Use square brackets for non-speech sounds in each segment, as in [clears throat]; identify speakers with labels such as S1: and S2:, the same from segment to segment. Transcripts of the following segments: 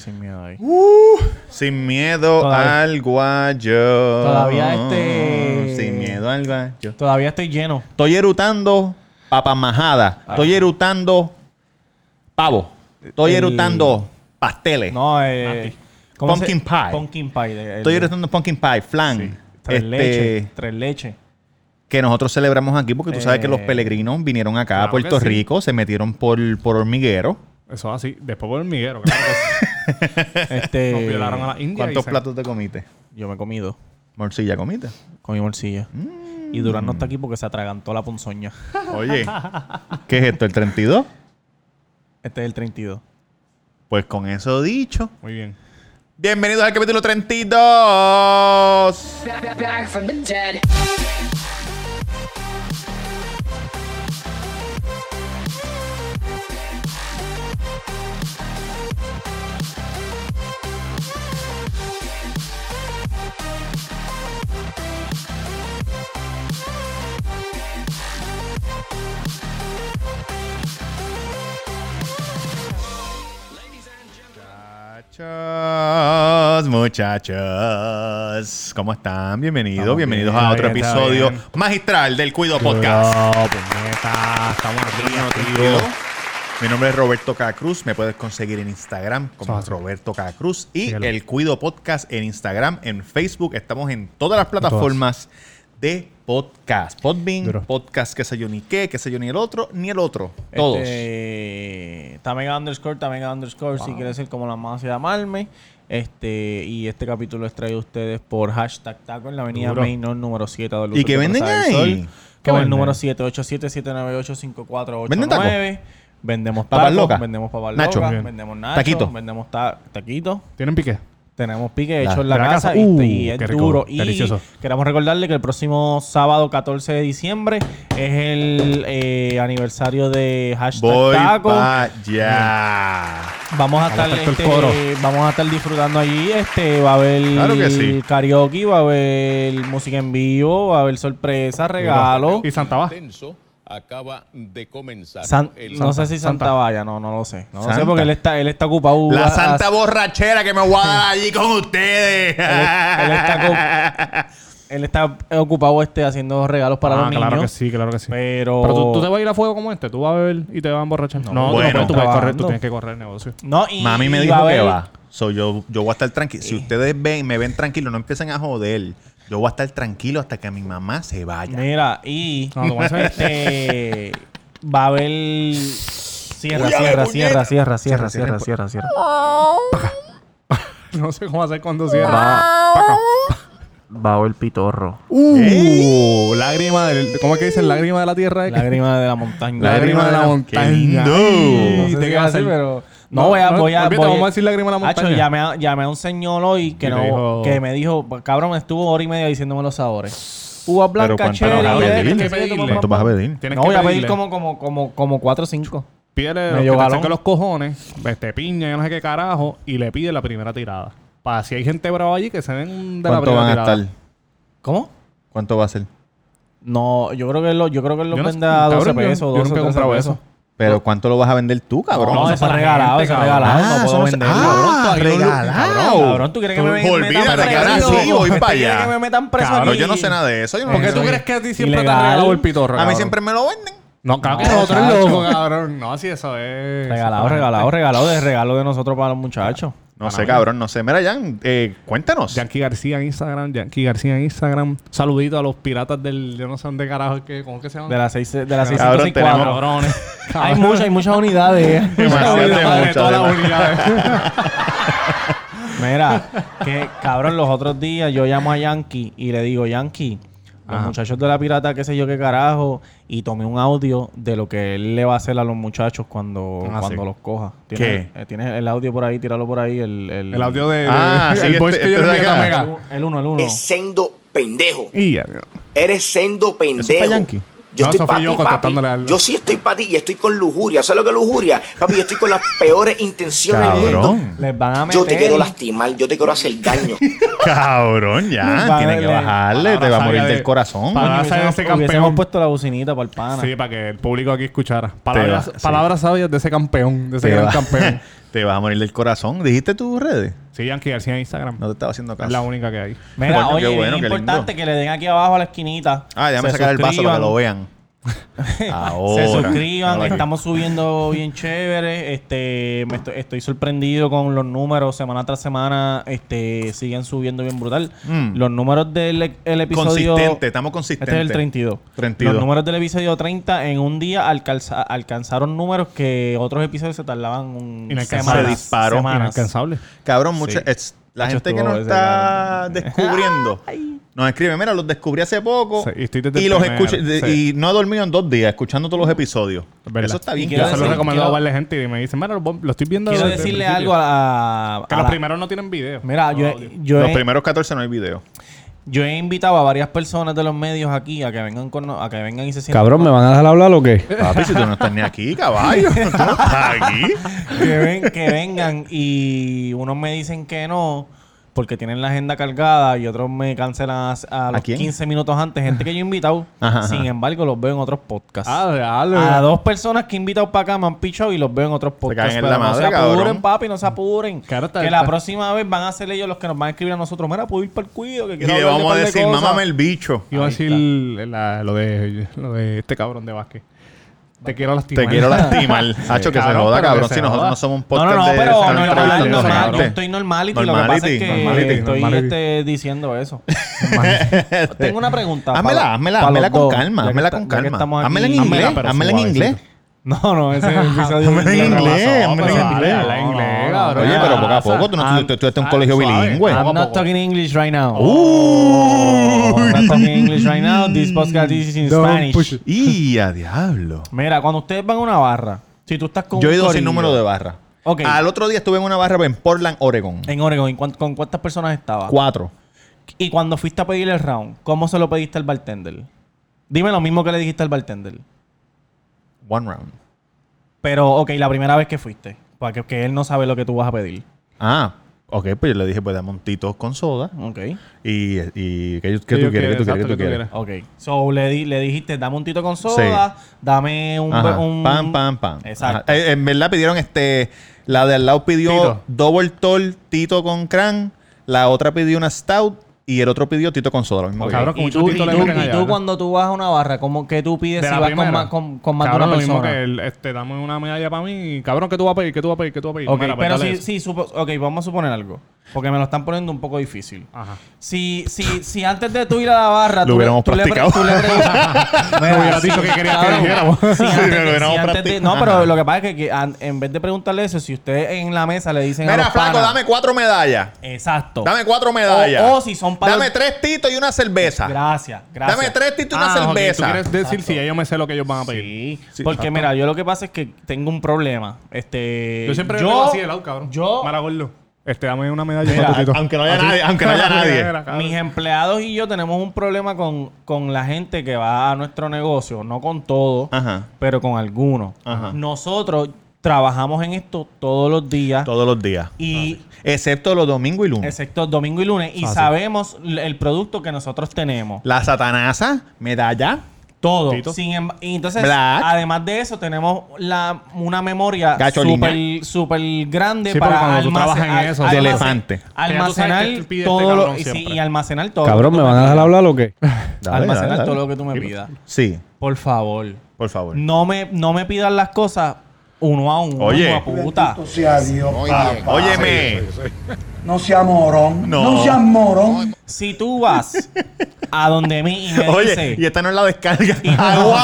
S1: sin miedo ahí.
S2: Uh, sin miedo
S1: Todavía-
S2: al guayo.
S1: Todavía este-
S2: Sin miedo al guayo.
S1: Todavía estoy lleno.
S2: Estoy erutando papamajada. Estoy erutando pavo. Estoy
S1: El-
S2: erutando pasteles.
S1: No, eh. ¿cómo
S2: Pumpkin pie.
S1: Pumpkin pie. de-
S2: Estoy
S1: el-
S2: erutando pumpkin pie, flan.
S1: Tres
S2: este,
S1: leche. Tres
S3: [laughs]
S1: leche.
S2: que nosotros celebramos aquí porque tú sabes que los
S1: Eh,
S2: peregrinos vinieron acá a
S3: claro
S2: Puerto
S3: que sí.
S2: Rico, se metieron por, por hormiguero.
S3: Eso es así. Después por el hormiguero. Claro que sí.
S1: Este.
S3: Nos violaron a la India. y
S2: ¿Cuántos
S3: se-
S2: platos te comiste?
S1: Yo me he comido.
S2: Morcilla
S1: [laughs]
S2: comiste.
S1: Con mi morcilla.
S3: Mm.
S1: Y Durán no está aquí porque se atragantó la ponzoña.
S2: Oye, ¿qué es esto? ¿El 32?
S1: Este es el 32.
S2: Pues con eso dicho.
S3: Muy bien.
S2: Bienvenidos al capítulo 32.
S4: Back, back, back from the dead.
S2: Muchachos, muchachos, ¿cómo están? Bienvenidos,
S3: Estamos
S2: bienvenidos
S3: bien,
S2: a
S3: está
S2: otro
S3: bien, está
S2: episodio
S3: bien.
S2: magistral del Cuido Podcast.
S3: Oh, puñeta. Estamos aquí.
S2: Bienvenido, tío. Mi nombre es Roberto Cacruz, me puedes conseguir en Instagram como
S3: Eso es así.
S2: Roberto Cacruz y
S3: Síguelo.
S2: el Cuido Podcast en Instagram, en Facebook, estamos en todas las plataformas de podcast. Podbean,
S3: Duro.
S2: podcast que sé yo ni qué, que sé yo ni el otro, ni el otro, todos.
S1: Este, Tamega underscore, Tamega underscore, si quieres ser como la más y llamarme. Este, y este capítulo es traído a ustedes por hashtag taco en la avenida
S3: Duro.
S1: Mainor número 7 Adolfo
S2: ¿Y qué
S1: Suárez
S2: venden
S1: Plaza del
S2: ahí?
S1: Sol,
S3: ¿Qué
S1: con el
S3: venden?
S1: número 787-798-5489.
S2: ¿Venden tacos?
S1: Vendemos
S2: Papas
S1: tacos,
S2: locas.
S1: vendemos papas
S2: Nacho.
S1: locas,
S3: Bien.
S1: vendemos nachos,
S2: Taquito.
S1: vendemos ta- taquitos.
S3: ¿Tienen pique?
S1: Tenemos pique
S2: La-
S1: hecho en la,
S3: de la
S1: casa,
S3: casa.
S1: y-
S3: Uh,
S1: y
S3: qué
S1: es
S3: rico,
S1: duro. Y
S3: delicioso.
S1: queremos recordarle que el próximo sábado 14 de diciembre es el eh, aniversario de hashtag
S2: Voy
S1: taco.
S2: para allá.
S1: Vamos a estar,
S3: a estar
S1: este,
S3: todo el coro.
S1: vamos a estar disfrutando allí. Este, va a haber
S2: Claro que sí.
S1: karaoke, va a haber música en vivo, va a haber sorpresas, regalos.
S3: Y Santa va.
S5: Tenso acaba de comenzar.
S1: San-
S5: El-
S1: no sé si Santa,
S3: Santa.
S1: vaya, no, no lo sé. No lo sé
S2: Santa.
S1: porque él está, él está ocupado.
S2: La
S1: a-
S2: santa borrachera que me voy a dar allí con ustedes.
S1: él
S2: [laughs]
S1: está [laughs] él está ocupado este haciendo regalos para los niños.
S3: Ah, claro que sí, claro que sí.
S1: Pero,
S3: Pero tú, tú te vas a ir a fuego como este, tú vas a beber y te vas a emborrachar. No, tú
S2: bueno.
S3: no puedes, tú, puedes correr,
S1: Trabajando.
S3: tú tienes que correr el negocio.
S1: No, y-
S2: Mami me
S1: y
S2: dijo
S1: a
S2: que
S1: haber-
S2: va. So, yo, yo voy a estar tranquilo. Si ustedes ven, me ven tranquilo, no empiecen a joder. Yo voy a estar tranquilo hasta que mi mamá se vaya.
S1: Mira, y
S3: No, no vas a
S1: [laughs]
S3: hacer. [laughs]
S1: este va a haber cierra,
S2: Uy, a ver,
S1: cierra,
S2: puñeta.
S1: cierra, cierra, cierra,
S2: Cierra,
S1: cierra, cierra,
S2: cierra.
S1: cierra.
S3: No sé cómo hacer cuando cierra.
S1: Va, va a haber pitorro.
S3: Uh, lágrima del. ¿Cómo es que dicen? Lágrima de la tierra. ¿eh?
S1: Lágrima de la montaña.
S3: Lágrima de la montaña.
S2: ¡Qué lindo!
S1: No sé
S3: ¿De
S1: si
S3: qué
S1: va a
S3: hacer?
S1: ser, pero
S3: No,
S1: no voy a
S3: no,
S1: voy a
S3: olvídate,
S1: voy
S3: vamos a decir lágrima de la montaña.
S1: Hacho, llamé, a, llamé a un señor hoy que
S3: Y le
S1: no
S3: dijo-
S1: que me dijo, cabrón, estuvo hora y media diciéndome los sabores. Uva blanca,
S2: cuánto
S1: cherry,
S2: vas a
S1: de-
S2: pedir?
S1: que sí,
S3: ¿Cuánto
S1: toma,
S2: ¿Cuánto vas a pedir?
S3: Tienes
S1: No
S3: que
S1: voy a pedir
S3: pedirle.
S1: como como como como 4 o 5.
S3: Pídele lo que
S1: Medio
S3: te
S1: galón.
S3: saque los cojones, este, piña, yo no sé qué carajo, y le pide la primera tirada. Para si hay gente brava allí, que se den un de la
S2: ¿Cuánto
S3: primera
S2: van a
S3: tirada.
S2: estar?
S1: ¿Cómo?
S2: ¿Cuánto va a ser?
S1: No, yo creo que él lo, yo creo que él lo
S3: Yo no-
S1: vende a 12
S3: cabrón, yo-
S1: pesos,
S3: yo nunca
S1: 12
S3: he
S1: pesos.
S3: comprado eso.
S2: ¿Pero cuánto lo vas a vender tú, cabrón?
S1: No,
S3: eso
S1: eso
S3: es
S1: es
S3: para
S1: regalado,
S3: gente,
S1: eso es
S3: cabrón.
S1: regalado, no
S2: Ah, eso
S1: puedo
S2: no es-
S1: venderlo.
S2: ah,
S1: cabrón, todavía no-
S2: regalado.
S1: Cabrón, cabrón, tú quieres que me me
S2: Olvídate
S1: metan
S2: que ahora
S1: preso?
S2: sí voy
S1: ¿Usted
S2: para
S1: quiere
S2: allá.
S1: que me metan preso
S3: Cabrón,
S2: Pero
S1: aquí?
S2: yo no sé nada de eso. Yo no
S3: ¿Por qué
S2: sé
S3: tú
S2: nada.
S3: crees que a ti siempre te
S1: Ilegal.
S3: han regalado el pitorro?
S2: A mí
S3: cabrón?
S2: siempre me lo venden.
S3: No, claro que
S1: No,
S3: no, tú eres
S1: chacho.
S3: loco, cabrón. No, si eso es.
S1: Regalado, regalado, regalado de regalo de nosotros para los muchachos.
S2: No sé, cabrón, no sé. Mira, Jan, eh, cuéntanos.
S3: Yankee García en Instagram, Yankee García en Instagram. Saludito a los piratas del. Yo no sé dónde carajo es que. ¿Cómo es que se llaman?
S1: De las seis- de las
S2: Cabrón,
S1: 604.
S3: cabrones.
S1: [laughs] Hay muchas,
S3: [laughs]
S1: hay muchas unidades.
S2: Demasiado,
S3: Cabrón,
S2: demasiado,
S3: de todas las
S2: demasiado.
S3: unidades.
S1: Mira, que cabrón, los otros días yo llamo a Yankee y le digo, Yankee, los
S3: Ajá.
S1: muchachos de la pirata, qué sé yo qué carajo, y tomé un audio de lo que él le va a hacer a los muchachos cuando,
S3: Ah,
S1: cuando
S3: sí.
S1: los coja. ¿Tienes, eh, tienes el audio por ahí, tíralo por ahí. El, el,
S3: El audio de.
S2: Ah,
S3: de-
S2: sí,
S3: el voice
S2: este-
S3: que yo
S2: este
S3: le
S2: de
S3: envié a
S2: acá.
S3: Mega.
S1: El uno, el uno.
S6: Eres sendo pendejo.
S3: Y ya, tío.
S6: Eres sendo pendejo.
S2: Yankee.
S6: Yo
S3: No,
S6: estoy
S3: eso fui
S6: pa'
S3: yo
S6: ti, papi.
S3: contestándole al-
S6: Yo sí estoy para ti y estoy con lujuria. ¿Sabes lo que es lujuria? Papi, yo estoy con las peores intenciones del mundo.
S2: Cabrón.
S1: Les van a meter.
S6: Yo te quiero lastimar, yo te quiero hacer
S3: [laughs]
S6: daño.
S2: Cabrón, ya.
S1: [laughs] Vale.
S2: Tienes que bajarle. Te
S3: Palabra
S2: va a
S3: sabia
S2: morir
S3: de-
S2: del corazón.
S3: Palabra-
S1: Hubiésemos-
S3: Gracias a ese
S1: hubiésemos
S3: campeón.
S1: puesto la bocinita para el pana.
S3: Sí, para que el público aquí escuchara. Palabras,
S2: Te va, sí.
S3: palabras sabias de ese campeón, de ese
S2: Te
S3: gran
S2: va-
S3: campeón.
S2: [laughs] Te vas a morir del corazón. ¿Dijiste tus redes?
S3: Sí, Yankee García en Instagram.
S2: No te estaba haciendo
S3: es
S2: caso.
S3: la única que hay.
S1: Mira,
S2: Coño, qué
S1: oye, bien
S2: bueno, qué lindo.
S1: importante que le den aquí abajo a la esquinita.
S2: Ah, déjame
S1: Se
S2: sacar el vaso para que
S1: suscriban.
S2: lo vean.
S1: [laughs]
S2: Ahora.
S1: Se suscriban,
S2: Ahora aquí.
S1: estamos subiendo bien chévere. Este, me estoy, estoy sorprendido con los números semana tras semana. Este, siguen subiendo bien brutal.
S2: Mm.
S1: Los números del e, el episodio.
S2: Consistente, estamos consistentes.
S1: Este es el 32.
S2: 32.
S1: Los números del episodio 30 en un día alcanza- alcanzaron números que otros episodios se tardaban un
S3: Inalcanzable.
S1: semanas,
S2: Se disparó.
S1: semanas.
S3: Inalcanzable.
S2: Cabrón, mucha, es- la
S1: Mucho
S2: gente que
S1: estuvo
S2: nos
S1: ese,
S2: está
S1: [laughs]
S2: descubriendo nos escribe, mira, los descubrí hace poco
S3: Sí, y estoy desde
S2: y
S3: el
S2: los
S3: primero,
S2: escuché de-
S3: sí.
S2: y no he dormido en dos días escuchando todos los episodios.
S3: ¿Verdad?
S2: Eso está
S1: Y
S2: bien.
S1: quiero
S3: Yo se
S2: cabrón.
S3: lo he
S1: decir-
S3: recomendado
S1: quiero-
S3: a varias gente y me dicen, mano, lo lo estoy viendo.
S1: Quiero
S3: desde el
S1: decirle algo
S3: principio".
S1: a. a
S3: Que los
S1: la-
S3: primeros no tienen video.
S1: Mira,
S3: No
S1: yo,
S3: audio.
S1: yo
S2: los
S1: he-
S2: primeros 14 no hay video.
S1: Yo he invitado a varias personas de los medios aquí a que vengan con no- a que vengan y se sienten
S4: Cabrón, ¿me van a dejar hablar o qué?
S2: Papi, si tú no estás ni aquí, caballo. Tú no estás
S1: [laughs]
S2: aquí.
S1: que, ven- que vengan y unos me dicen que no porque tienen la agenda cargada y otros me cancelan a, a los
S2: quién?
S1: 15 minutos antes, gente que yo he invitado.
S2: [laughs] Ajá, ajá.
S1: Sin embargo, los veo en otros podcasts.
S3: Ah, dale.
S1: a dos personas que he invitado para acá me han pichado y los veo en otros podcasts.
S2: caen en la
S1: pero
S2: madre,
S1: no se apuren,
S2: cabrón.
S1: papi, no se apuren.
S3: Claro, está-
S1: que la
S3: está-
S1: próxima vez van a ser ellos los que nos van a escribir a nosotros. Mira, puedo ir para el cuido. Que
S2: Y
S1: quiero
S2: le
S1: hablar de
S2: vamos a
S1: par de
S2: decir,
S1: cosas".
S2: mámame el bicho.
S3: Iba a
S1: Ahí
S3: decir la- lo, de, lo de este cabrón de Vázquez. Te quiero lastimar.
S2: Te
S1: [laughs]
S2: quiero
S3: [laughs]
S2: lastimar. Hacho, que se
S3: Cabrón,
S2: joda,
S3: pero
S2: cabrón.
S3: que
S2: Si
S3: se
S2: nosotros
S3: joda.
S2: no somos un
S1: No,
S2: podcast
S1: no, no,
S2: de-
S1: pero
S2: de-
S1: normal,
S2: de-
S1: normal,
S2: de-
S3: normal.
S1: Yo
S2: de-
S1: estoy normality, lo que pasa es que
S2: Normality,
S1: estoy
S3: normality.
S1: este, diciendo
S2: [laughs]
S1: eso. Tengo una pregunta.
S2: Házmela,
S1: pa-
S2: házmela,
S1: pa los
S2: házmela con
S1: dos, ya
S2: calma,
S1: que
S2: házmela
S1: esta-
S2: con
S1: ya que
S2: calma.
S1: estamos aquí.
S2: Házmela en inglés,
S3: pero
S2: házmela en
S3: suavecito.
S2: inglés.
S1: No, no,
S2: [laughs]
S3: Este
S1: ese episodio
S2: Házmela en
S1: inglés.
S2: inglés,
S1: No,
S2: házmela
S1: pero
S2: en
S1: habla
S2: inglés.
S1: en inglés, cabrón.
S2: Oye, pero poco a
S3: Ah,
S2: poco, tú no
S3: ah,
S2: tú estudiaste en un
S3: ah,
S2: colegio
S3: suave.
S2: bilingüe.
S1: I'm
S3: Poco a
S1: not
S3: poco.
S1: talking English right now. I'm not talking
S2: Uy.
S1: English right now. This podcast is in Spanish.
S2: Y a diablo.
S1: Mira, cuando ustedes van a una barra, si tú estás con
S2: Yo he
S1: un
S2: ido sin
S1: corillo
S2: número de barra.
S1: Ok.
S2: Al otro día estuve en una barra en Portland, Oregon.
S1: En Oregon, ¿y cuán- ¿con cuántas personas estabas?
S2: Cuatro.
S1: Y cuando fuiste a pedir el round, ¿cómo se lo pediste al bartender? Dime lo mismo que le dijiste al bartender.
S2: One round.
S1: Pero, ok, la primera vez que fuiste. Porque que él no sabe lo que tú vas a pedir.
S2: Ah, ok, pues yo le dije, pues dame un tito con soda.
S1: Ok.
S2: Y, y ¿qué, qué
S3: Sí,
S2: tú
S3: yo
S2: quieres? ¿Qué tú quieres?
S3: quiero,
S2: ¿Qué
S3: exacto,
S2: tú
S3: ¿qué tú
S2: quieres?
S3: quieres?
S1: Ok. So, le, di- le dijiste, dame un tito con soda, dame un,
S2: Ajá.
S1: un-
S2: Pam, pam, pam.
S1: Exacto.
S2: Ajá. Eh, en verdad pidieron este. La de al lado pidió
S3: Tito.
S2: double tall, tito con cran. La otra pidió una stout. Y el otro pidió tito con soda. lo mismo que
S3: Cabrón, como
S1: Y tú, y
S3: chutito le
S1: tú-
S3: meten
S1: y
S3: allá,
S1: tú
S3: ¿verdad?
S1: cuando tú vas a una barra, ¿cómo, ¿qué tú pides
S3: De
S1: si
S3: la
S1: vas con
S3: primera.
S1: más, con, con más de
S3: Cabrón, lo
S1: una
S3: mismo
S1: persona?
S3: que el, este, dame una medalla para mí. Cabrón, ¿qué tú vas a pedir? ¿Qué tú vas a pedir? ¿Qué tú vas a pedir?
S1: Ok,
S3: Mira, pues,
S1: pero
S3: dale
S1: sí,
S3: eso.
S1: sí, supo- ok, vamos a suponer algo. Porque me lo están poniendo un poco difícil.
S3: Ajá.
S1: Si, si, si antes de tú ir a la barra,
S2: Lo
S1: tú, le-
S2: hubiéramos
S1: tú le pre-
S2: practicado.
S1: tú le preguntas. Mira,
S3: No hubiera
S1: sí,
S3: dicho que querías que
S1: cabrón.
S2: [laughs]
S3: dijéramos.
S1: Sí,
S2: Sí,
S1: antes
S2: lo
S1: de-
S2: hubiéramos
S1: sí, antes de- no,
S2: practicado.
S1: pero
S2: Ajá.
S1: lo que pasa es que, que an- en vez de preguntarle eso, si ustedes en la mesa le dicen a
S2: Mira,
S1: los
S2: flaco,
S1: panas-
S2: dame cuatro medallas.
S1: Exacto.
S2: Dame cuatro medallas.
S1: O- o si son para-
S2: Dame tres titos y una cerveza.
S1: Gracias, gracias.
S2: Dame tres titos y una
S3: Ah, ok,
S2: cerveza.
S3: ¿Tú quieres decir si ya yo me sé lo que ellos van a pedir?
S1: Sí,
S2: Sí,
S1: porque
S2: exacto.
S1: mira, yo lo que pasa es que tengo un problema. Este,
S3: Yo siempre lo así de lado, cabrón.
S1: Yo,
S3: Maragordo. Este, dame una medalla
S1: Mira,
S3: para tu tito.
S2: aunque no haya
S3: [laughs] Así.
S2: nadie, aunque no haya nadie.
S3: Mira, cabrón.
S1: mis empleados y yo tenemos un problema con, con la gente que va a nuestro negocio, no con todo,
S2: Ajá.
S1: pero con algunos.
S2: Ajá.
S1: Nosotros trabajamos en esto todos los días
S2: Todos los días.
S1: y
S2: Excepto los domingos y lunes.
S1: excepto domingo y lunes y
S3: Fácil.
S1: sabemos l- el producto que nosotros tenemos.
S2: La satanasa, medalla.
S1: Todo.
S3: Tito.
S1: Sin em- y entonces,
S2: Black.
S1: además de eso, tenemos la, una memoria
S2: Gasolina.
S1: súper super grande
S3: Sí, porque
S1: para
S3: cuando tú trabajas en
S1: al-
S3: eso, de
S2: elefante.
S1: Almacenar
S3: Que ya tú sabes que él pide este
S1: todo lo,
S3: cabrón
S1: y, sí,
S3: siempre.
S1: y almacenar todo. lo
S4: Cabrón,
S1: que
S4: ¿me
S1: tú
S4: van a dejar
S1: pidas.
S4: hablar o qué?
S2: Dale,
S1: almacenar
S2: dale, dale.
S1: todo lo que tú me pidas.
S2: Sí,
S1: Por favor.
S2: por favor.
S1: No me, no me pidas las cosas uno a uno.
S2: Oye.
S1: hijo de puta.
S7: Bendito sea Dios, papá.
S3: Ah,
S2: Óyeme.
S7: No seas morón.
S2: No.
S7: No, seas morón.
S1: Si tú vas a donde mí y me
S2: [laughs] Oye,
S1: dice...
S2: y esta no es
S1: [laughs]
S2: la descarga.
S1: Y-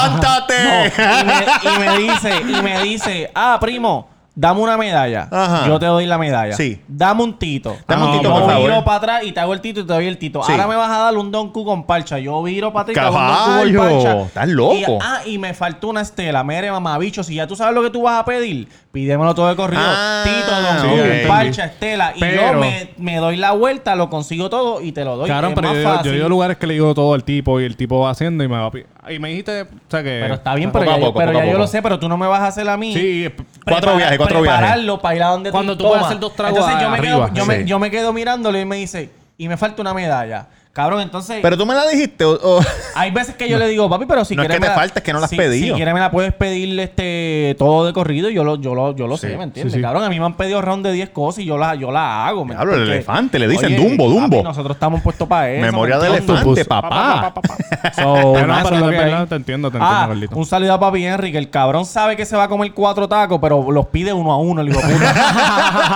S2: ¡Aguántate!
S1: No, y, me, y me dice, y me dice, ah, primo, dame una medalla.
S2: Ajá.
S1: Yo te doy la medalla.
S2: Sí.
S1: Dame un tito.
S2: Dame un
S1: Ah,
S2: tito,
S1: yo
S2: por favor.
S1: viro para atrás y te hago el tito y te doy el tito.
S2: Sí.
S1: Ahora me vas a dar un don Q con parcha. Yo viro para atrás y te hago un don Q
S2: Caballo,
S1: con parcha.
S2: estás loco.
S1: Y, ah, y me faltó una estela. Mere, mamabicho, si ya tú sabes lo que tú vas a pedir, pídemelo todo de corrido.
S2: Ah,
S1: tito, don Q,
S2: ok.
S1: parcha, estela. Y yo
S3: Pero-
S1: me, me doy la vuelta, lo consigo todo y te lo doy.
S3: Cabrón,
S1: Es
S3: pero
S1: más
S3: yo, yo
S1: fácil.
S3: he ido a lugares que le digo todo al tipo y el tipo va haciendo y me va a pi- Y me dijiste, o sea que.
S1: Pero está bien,
S2: Poco
S1: pero,
S2: a
S1: ya, yo-
S2: poco,
S1: pero
S2: poco a
S1: ya yo
S2: poco.
S1: lo sé, pero tú no me vas a hacer a mí.
S3: Sí, es-
S2: Cuatro viajes, cuatro viajes.
S1: Prepararlo para ir a donde
S3: Cuando tú
S1: tomas.
S3: puedes hacer dos tragos
S1: Entonces yo me, quedo,
S3: arriba.
S1: yo, me,
S2: Sí.
S1: yo me quedo mirándolo y me dice, y me falta una medalla. Cabrón, entonces.
S2: Pero tú me la
S1: [laughs]
S2: dijiste o- o-
S1: Hay veces que yo le digo, papi, pero si
S2: No es
S1: quieres.
S2: que me
S1: la-
S2: falte, es que no la has
S1: si-
S2: pedido.
S1: Si quieres, me la puedes pedir este, todo de corrido y yo lo, yo lo, yo lo sé, ¿me entiendes?
S3: sí, sí.
S1: Cabrón, a mí me han pedido round de 10 cosas y yo la, yo la hago. ¿me
S2: Diablo, el
S1: entiendes?
S2: elefante, le dicen, "Dumbo,
S1: papi,
S2: Dumbo".
S1: nosotros estamos puestos para eso.
S2: Memoria
S1: ¿me
S2: del
S1: entiendes?
S2: elefante,
S3: Pa,
S2: papá.
S3: pa, pa, pa, pa.
S1: So,
S3: [laughs] Pero no,
S1: nada,
S3: pero
S1: eso
S3: lo
S1: es
S3: que-
S1: hay.
S3: no, te entiendo, te entiendo,
S1: Ah,
S3: Carlito.
S1: Un saludo a papi Henry, que el cabrón sabe que se va a comer cuatro tacos, pero los pide uno a uno, el hijo de
S3: [laughs]
S1: puta.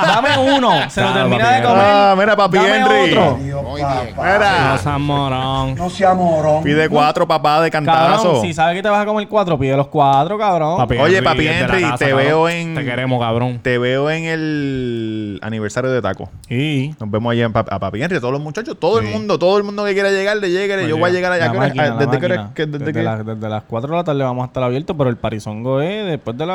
S1: Dame uno, se lo
S3: Claro,
S1: termina
S3: papi
S1: de comer.
S2: Ah, mira, papi
S1: Dame
S2: Henry.
S1: otro.
S7: Dios,
S4: Muy bien.
S7: papá.
S2: Mira,
S3: No seas morón.
S7: No sea morón.
S2: pide cuatro papás de
S1: Cabrón,
S2: cantazo.
S1: si sabe que te vas a comer cuatro, pide los cuatro, cabrón.
S2: Oye,
S3: Henry,
S2: papi
S3: el de la
S2: Henry,
S3: casa,
S2: te
S3: cabrón.
S2: veo en-
S3: Te queremos, cabrón.
S2: Te veo en el aniversario de Taco.
S1: Y
S2: Nos vemos allá en Pap- a Papi Henry, todos los muchachos, todo el mundo, todo el mundo que quiera llegar, le llegue.
S3: Me
S2: yo voy a llegar allá.
S1: Pues la
S2: ¿a qué
S1: máquina,
S2: hora? Ah,
S1: la
S2: ¿Desde qué hora
S1: máquina.
S2: es que- desde
S1: Desde
S2: qué-
S1: las- desde las 4 de la tarde vamos a estar abiertos, pero el parizongo es después de, la,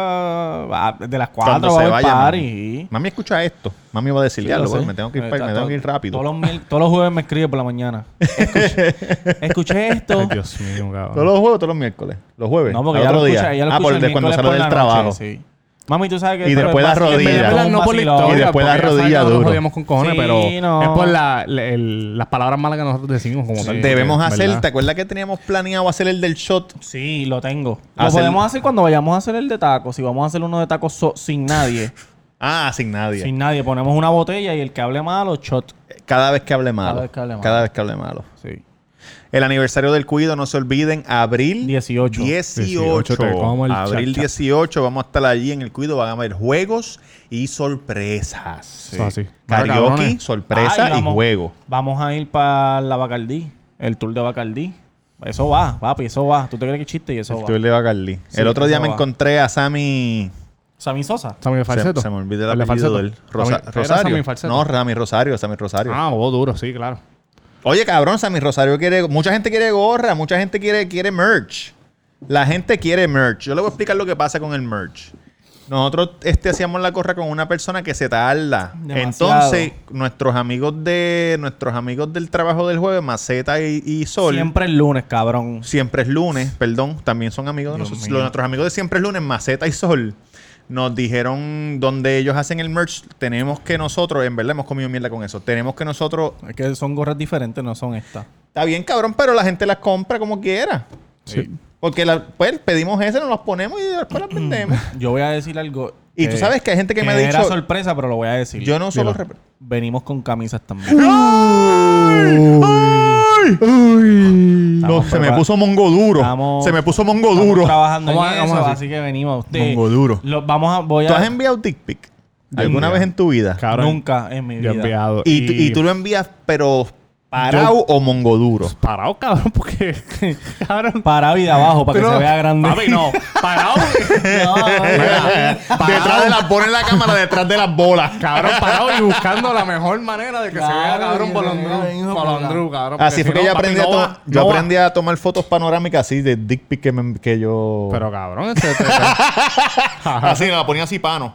S1: ah, de las 4
S2: Cuando
S1: va a
S2: se
S1: haber
S2: vaya.
S1: party.
S2: Mami. Mami escucha esto. Mami va a decir, ya,
S1: Sí,
S2: lo
S1: lo sé.
S2: me tengo que ir,
S1: Eh,
S2: pa-
S1: ta-
S2: me tengo
S1: ta-
S2: que ir rápido.
S1: Todos los, mil- todos los jueves me escribe por la
S2: [laughs]
S1: mañana. Escuché, escuché esto.
S3: Ay, Dios mío,
S2: Todos
S3: cabrón.
S2: los jueves, todos los miércoles. Los jueves.
S1: No, porque
S2: al
S1: ya
S2: otro
S1: lo
S2: día.
S1: escucha, ya lo
S2: ah,
S1: escucha
S2: por
S1: el
S2: de cuando
S1: miércoles
S2: sale
S1: por
S2: del
S1: la
S2: trabajo.
S1: noche, sí. Mami, tú sabes que...
S2: Y
S1: esto
S2: después
S1: es
S2: la
S1: fácil, en
S2: rodilla.
S1: verdad,
S2: Después
S1: es un
S3: no por la
S1: vacilón.
S3: historia,
S2: Y después la
S3: porque ya sabes que
S2: rodilla
S3: nosotros
S2: duro.
S3: jodíamos con cojones,
S1: Sí,
S3: pero
S1: no.
S3: es por la- le- el- las palabras malas que nosotros decimos como tal.
S2: Debemos
S3: porque,
S2: hacer,
S3: ¿verdad?
S2: ¿te acuerdas que teníamos planeado hacer el del shot?
S1: Sí, lo tengo. Lo
S2: Hacer-
S1: podemos hacer cuando vayamos a hacer el de tacos. Si vamos a hacer uno de tacos so- sin
S2: [laughs]
S1: nadie.
S2: Ah, sin nadie.
S1: sin nadie. Ponemos una botella y el que hable malo, shot.
S2: Cada vez que hable malo.
S1: vez que hable malo.
S2: Cada vez que hable malo.
S1: Sí.
S2: El aniversario del cuido, no se olviden, abril
S1: 18.
S2: 18.
S3: 18, te como el
S2: abril
S3: chacha.
S2: 18, vamos a estar allí en el cuido, van a haber juegos y sorpresas.
S3: Eso así. Claro,
S2: Karaoke,
S3: cabrones.
S2: sorpresa
S1: Ah,
S2: y,
S1: vamos-
S2: juego.
S1: Vamos a ir para la Bacardí, el tour de Bacardí. Eso va, papi, eso va. ¿Tú te crees que es chiste y eso
S2: El
S1: va?
S2: tour de Bacardí.
S1: Sí,
S2: el otro día
S1: eso
S2: me
S1: va.
S2: encontré a Sammy.
S1: Sammy Sosa.
S3: Sammy Falseto.
S2: Se, se me olvidó el
S3: ¿El de
S2: apellido
S3: Falseto?
S2: del Rosa-
S3: Sammy- era
S2: Rosario.
S3: Sammy Falseto.
S2: No, Sammy Rosario, Sammy Rosario.
S3: Ah, oh, duro, sí, claro.
S2: Oye, cabrón, Sammy Rosario quiere. Mucha gente quiere gorra, mucha gente quiere, quiere merch. La gente quiere merch. Yo le voy a explicar lo que pasa con el merch. Nosotros este, hacíamos la gorra con una persona que se tarda.
S1: Demasiado.
S2: Entonces, nuestros amigos de nuestros amigos del trabajo del jueves, Maceta y, y Sol,
S1: Siempre
S2: siempre.
S1: el lunes, cabrón.
S2: es lunes, perdón, también son amigos de
S1: Dios
S2: nosotros.
S1: mío.
S2: Los- nuestros amigos de siempre es lunes, Maceta y Sol, nos dijeron donde ellos hacen el merch, tenemos que nosotros, en verdad hemos comido mierda con eso, tenemos que nosotros
S1: Es que son gorras diferentes, no son estas.
S2: Está bien, cabrón, pero la gente las compra como quiera. Porque la- pues pedimos ese, nos los ponemos y después las [clears throat] vendemos.
S1: Yo voy a decir algo. eh,
S2: Y tú sabes que hay gente que me ha
S1: era
S2: dicho-
S1: sorpresa, pero lo voy a decir.
S2: Yo no solo...
S3: Mira.
S2: rep-
S1: Venimos con camisas también.
S2: No,
S1: Estamos
S2: se me
S1: preparados.
S2: puso mongo duro.
S1: Estamos-
S2: se me puso mongo
S1: Estamos
S2: duro.
S1: trabajando en
S3: Vamos a-
S1: eso,
S3: vamos a hacer.
S1: así que venimos. Te-
S2: Mongo duro.
S1: lo- vamos a, voy
S2: ¿Tú has
S1: a...
S2: enviado dick pic alguna vez en tu vida?
S3: Cabrón.
S1: Nunca en mi
S3: Yo
S1: vida.
S3: he enviado.
S2: Y, tú- y tú lo envías, pero parado o mongo duro.
S3: Parado, cabrón, porque. cabrón.
S1: Parado y de abajo para que
S3: Pero-
S1: se vea grande. [laughs]
S3: Papi, no. Parado.
S1: No,
S2: Detrás de las... Ponen la cámara detrás de las bolas.
S3: cabrón, parado y buscando la mejor manera de que se vea,
S1: Claro,
S3: cabrón,
S1: que
S3: por
S1: se
S3: Andrew.
S1: vea, hijo de
S3: Por
S1: puta.
S3: Andrew, cabrón.
S2: Así fue que yo aprendí, a, to- yo
S3: aprendí
S2: aprendí a tomar fotos panorámicas así de dick pic que, me- que yo...
S3: Pero cabrón, este. este- este-
S2: así, me la ponía así pano.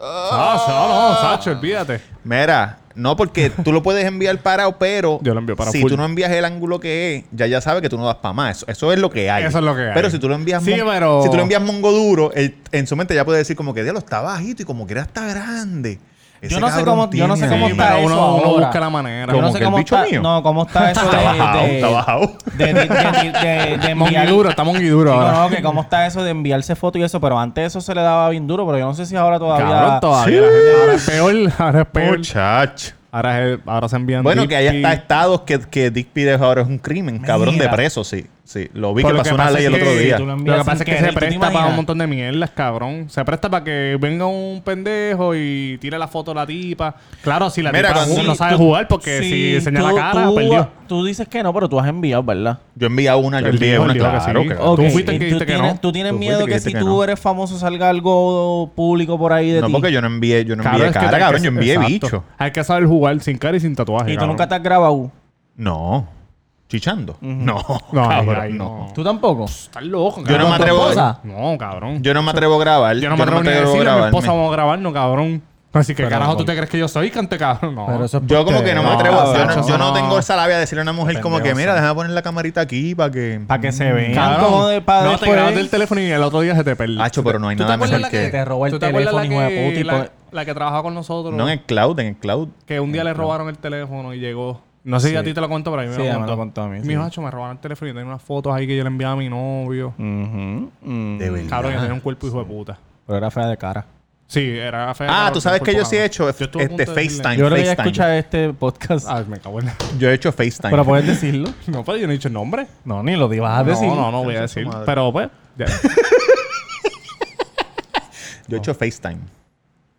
S3: No, no,
S1: [laughs]
S3: no, Sacho, olvídate.
S2: Mira, no, porque tú lo puedes enviar parado, pero
S3: Yo lo envío parado
S2: si
S3: full.
S2: tú no envías el ángulo que es, ya ya sabe que tú no das para más. Eso, eso es lo que hay.
S3: Eso es lo que hay.
S2: Pero si tú lo envías,
S3: Sí,
S2: mon-
S3: pero-
S2: si tú lo envías mongo duro, él- en su mente ya puede decir como que diablo está bajito y como que era está grande. Ese
S1: Yo no sé
S2: cabrón
S1: cómo- yo no sé
S2: tiene-
S1: cómo
S3: Sí,
S1: está
S3: pero
S1: eso
S3: uno, uno
S1: ahora.
S3: busca la manera.
S1: Yo no
S2: Como
S1: sé
S2: que el
S1: cómo
S2: bicho
S1: está.
S2: mío.
S1: No, cómo está
S2: [laughs]
S1: eso
S2: Está
S1: de-
S2: bajado,
S1: de-
S2: está bajado.
S1: De, de, de- de-
S2: [laughs]
S1: de enviar-
S3: Monguiduro, está monguiduro
S1: Sí,
S3: ahora.
S1: no, no, que cómo está eso de enviarse fotos y eso, pero antes eso se le daba bien duro, pero yo no sé si ahora todavía.
S3: Cabrón, todavía. la gente- ahora es peor. Ahora es peor.
S2: Muchacho.
S3: Ahora, es- ahora se envían.
S2: Bueno, que haya
S3: dick
S2: hasta
S3: pic.
S2: estados que, que Dick pic es ahora es un crimen, cabrón de
S1: Mira.
S2: preso, sí. Sí, lo vi
S3: Por
S2: que
S3: lo
S2: pasó
S3: que
S2: una
S3: pasa
S2: ley
S3: es
S2: el otro
S3: que
S2: día.
S1: tú lo
S3: Lo que pasa es
S1: sin
S3: que se
S1: querer, ¿tú te
S3: presta para
S1: imaginas?
S3: un montón de mierdas, cabrón. Se presta para que venga un pendejo y tire la foto a la tipa. Claro, si la
S2: Mira,
S3: tipa
S2: cuando-
S3: no
S2: sí,
S3: sabe
S1: Tú-
S3: jugar, porque
S1: sí,
S3: si señala
S1: tú-
S3: cara,
S1: tú-
S3: perdió.
S1: Tú dices que no, pero tú has enviado, ¿verdad?
S2: Yo envié una, yo
S3: Él
S2: envié
S3: dijo, él
S2: una,
S3: dijo que sí.
S2: claro. que-
S3: Tú
S1: Ok,
S3: fuiste el que
S1: y
S3: dijiste que
S1: tienes-
S3: no.
S1: tú tienes
S2: Tú fuiste el
S1: miedo
S2: que
S1: que
S2: dijiste
S1: si
S2: que
S1: tú
S2: no.
S1: eres famoso salga algo público por ahí de
S2: No,
S1: ti.
S2: porque yo no envié, yo no envié
S3: es que
S2: cara,
S3: hay que-
S2: cabrón, yo envié
S3: exacto.
S2: bicho.
S3: Hay que saber jugar sin cara y sin tatuaje.
S1: Y tú
S3: cabrón.
S1: nunca te has grabado.
S2: No. ¿Chichando? No,
S3: No, ay,
S2: cabrón,
S3: ay,
S2: no.
S3: no.
S1: ¿Tú tampoco?
S3: Estás loco,
S2: Yo no me
S1: ¿Con tu
S2: atrevo-
S1: esposa?
S3: No,
S2: [laughs]
S3: cabrón.
S2: Yo no me atrevo a grabar.
S3: Yo no me atrevo ni a decirle a mi esposa vamos a grabarnos, cabrón. Así que,
S1: Pero-
S3: carajo, ¿tú te crees que yo soy cante, cabrón? No.
S1: Pero eso es
S2: Yo como
S1: porque-
S2: que no me
S3: No,
S2: atrevo.
S1: ah,
S2: a- yo, no,
S3: macho,
S2: yo no
S3: no.
S2: tengo esa labia de decirle a una mujer como que,
S1: Pendejo,
S2: mira,
S1: sí.
S2: déjame poner la camarita aquí para que...
S1: Para que se vean
S3: Cabrón,
S1: como Mm. de eh, padre. pues.
S3: no te grabas del teléfono y el otro día se te perdió.
S2: Hacho, pero no hay
S3: ¿Tú te
S2: nada
S3: acuerdas
S2: mejor
S1: que-
S2: que...
S1: Te robó el
S3: ¿tú te acuerdas
S1: teléfono,
S3: la
S1: hijo de puta,
S3: que-
S1: y
S3: La, la que trabajaba con nosotros.
S2: eh, No en el cloud, en el cloud.
S3: Que un día le robaron el teléfono y llegó. No sé si a
S1: Sí.
S3: ti te lo contó, pero a mí me
S1: Sí,
S3: lo
S1: ya me
S3: contó.
S1: lo contó a mí,
S3: Mi
S1: sí.
S3: hijo, "Hacho, me robaron el teléfono y tenía unas fotos ahí que yo le enviaba a mi novio.
S1: Ujú, mm.
S2: De verdad.
S3: Cabrón, que tenía un cuerpo hijo de puta.
S1: Pero era fea de cara.
S3: Sí, era feo.
S2: Ah,
S3: cabrón,
S2: tú sabes
S3: tenía
S2: que
S3: un
S2: yo
S3: cuerpo
S2: sí he
S3: cabrón.
S2: hecho
S3: Yo estuve a
S2: este
S3: punto de decirle-
S2: FaceTime.
S1: Yo creo que ella
S2: FaceTime. Ah,
S1: escucha este podcast.
S3: Ay, me cago en la... [laughs]
S2: Yo he hecho
S1: [laughs]
S2: FaceTime.
S1: pero
S2: [laughs]
S3: pues,
S1: puedes decirlo.
S3: No, pero yo no he dicho el nombre.
S1: No, ni lo di- vas a decir.
S3: No, no, no voy a decir. Pero pues, ya.
S2: Yo he hecho FaceTime.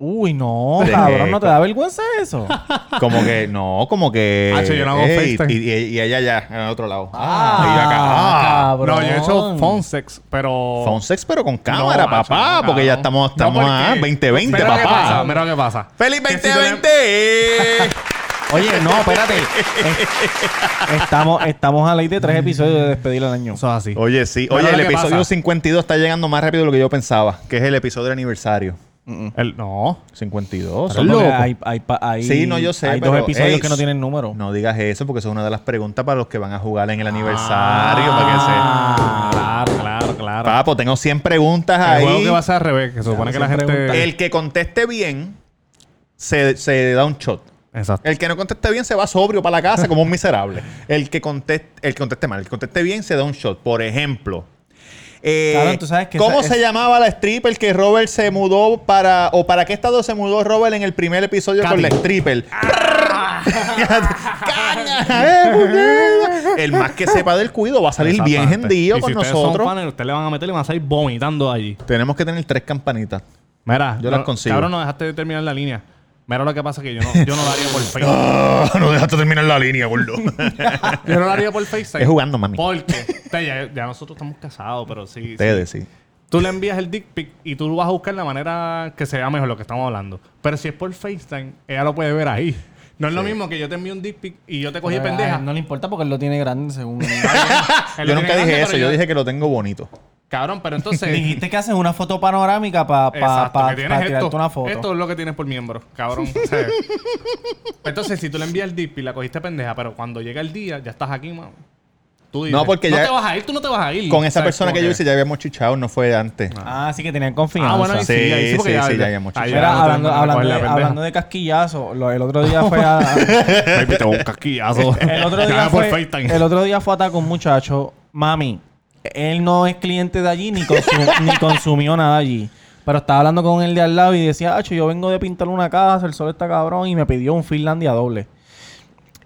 S1: Uy, no,
S2: Pero- Ah,
S1: cabrón, ¿no te da vergüenza
S2: [laughs]
S1: eso?
S2: Como que, no, como que.
S3: Ah, sí, yo no hago
S2: Ey,
S3: FaceTime.
S2: Y, y- y ella ya, en el otro lado.
S1: Ah,
S2: y yo acá. Ah,
S1: cabrón.
S3: No, yo he hecho phone sex, pero.
S2: phone sex, pero con cámara,
S3: No, macho,
S2: papá.
S3: no,
S2: porque ya
S3: cabrón.
S2: estamos,
S3: No,
S2: estamos
S3: porque-
S2: a 2020,
S3: Mira lo que pasa,
S2: papá.
S3: mira lo que pasa.
S2: ¡Feliz
S3: Que si
S2: 2020!
S1: Oye, [laughs] no,
S2: [laughs]
S1: espérate. Es- estamos, estamos a ley de tres episodios de despedir el año.
S3: Eso es así.
S2: Oye, sí.
S3: Mira
S2: Oye,
S3: lo
S2: el
S3: que
S2: episodio
S3: pasa.
S2: 52 está llegando más rápido de lo que yo pensaba, que es el episodio del aniversario.
S3: El- no.
S2: 52.
S1: Porque
S2: loco.
S1: Hay, hay pa- hay-
S2: Sí, no, yo sé,
S1: Hay dos
S2: pero,
S1: episodios
S2: ey,
S1: que no tienen número. Ah.
S2: No digas eso porque eso es una de las preguntas para los que van a jugar en el aniversario. para que se-
S3: Ah, claro, claro, claro.
S2: Papo, tengo 100 preguntas
S3: el
S2: ahí.
S3: juego que va a ser al revés, que se supone que la gente.
S1: siempre preguntan.
S2: El que conteste bien se, se da un shot.
S3: Exacto.
S2: El que no conteste bien se va sobrio para la casa como un miserable. El que conteste, el que conteste mal, el que conteste bien se da un shot. Por ejemplo, eh,
S1: Cabrón, tú sabes que
S2: ¿cómo
S1: esa-
S2: se
S1: es-
S2: llamaba la stripper que Robert se mudó para. o para qué estado se mudó Robert en el primer episodio
S3: Katy.
S2: con la stripper?
S1: Ah.
S2: ¡Caña! ¡Eh, puñeta! [laughs] el más que sepa del cuido va a salir bien
S3: Exactamente.
S2: gendido
S3: Y
S2: con
S3: si ustedes
S2: nosotros.
S3: Son fans, ustedes le van a meter y van a salir vomitando de allí.
S2: Tenemos que tener tres campanitas.
S3: Mira,
S2: Yo
S3: no-
S2: las consigo.
S3: Cabrón, no dejaste de terminar la línea. Mira lo que pasa que yo no, yo no lo haría
S2: [laughs]
S3: por FaceTime.
S2: [laughs] Ah, no dejaste terminar la línea, gordo.
S3: yo no lo haría por FaceTime.
S2: Es jugando, mami.
S3: Porque te- ya, ya nosotros estamos casados, pero sí.
S2: [laughs]
S3: sí.
S2: Ustedes, sí.
S3: Tú le envías el dick pic y tú vas a buscar la manera que se vea mejor lo que estamos hablando. Pero si es por FaceTime, ella lo puede ver ahí. No es lo mismo que yo te envío un dick pic y yo te cogí
S1: Pero,
S3: pendeja.
S1: ay, No le importa porque él lo tiene grande según.
S3: Él
S2: Yo
S3: lo
S2: nunca
S3: tiene
S2: dije
S3: grande,
S2: eso,
S3: pero
S2: yo dije que lo tengo bonito.
S3: [laughs] Cabrón,
S2: [laughs]
S3: pero entonces...
S1: Dijiste que haces una foto panorámica para
S3: Exacto, que tienes
S1: tirarte
S3: esto.
S1: una foto.
S3: Esto es lo que tienes por miembro, cabrón.
S2: [laughs]
S3: o sea. entonces, si tú le envías el dick pic, la cogiste pendeja, pero cuando llega el día, ya estás aquí, mami. Tú dices,
S2: No, porque ya-
S3: te vas a ir, tú no te vas a ir.
S2: Con esa
S3: ¿Sabes?
S2: persona
S3: Como
S2: que yo hice ya habíamos chichado, no fue antes.
S1: Ah, sí que tenían confianza.
S3: Ah, bueno, ahí sí,
S2: Sí,
S3: ahí sí, porque
S2: sí,
S3: ya,
S2: sí, ya habíamos
S3: ahí
S2: chichado.
S1: Mira,
S3: ya no
S1: hablando,
S3: te van a
S1: hablando
S3: coger la
S1: de,
S3: pendeja.
S1: hablando de casquillazo, lo- el otro día fue a,
S3: [laughs] Baby, te voy a un casquillazo.
S1: el, otro
S3: Te
S1: día
S3: hago por
S1: fue,
S3: FaceTime.
S1: el otro día fue a atacar un muchacho. Mami, él no es cliente de allí ni, consu- [laughs] ni consumió nada allí. Pero estaba hablando con él de al lado y decía, Acho, yo vengo de pintar una casa, el sol está cabrón. Y me pidió un Finlandia doble.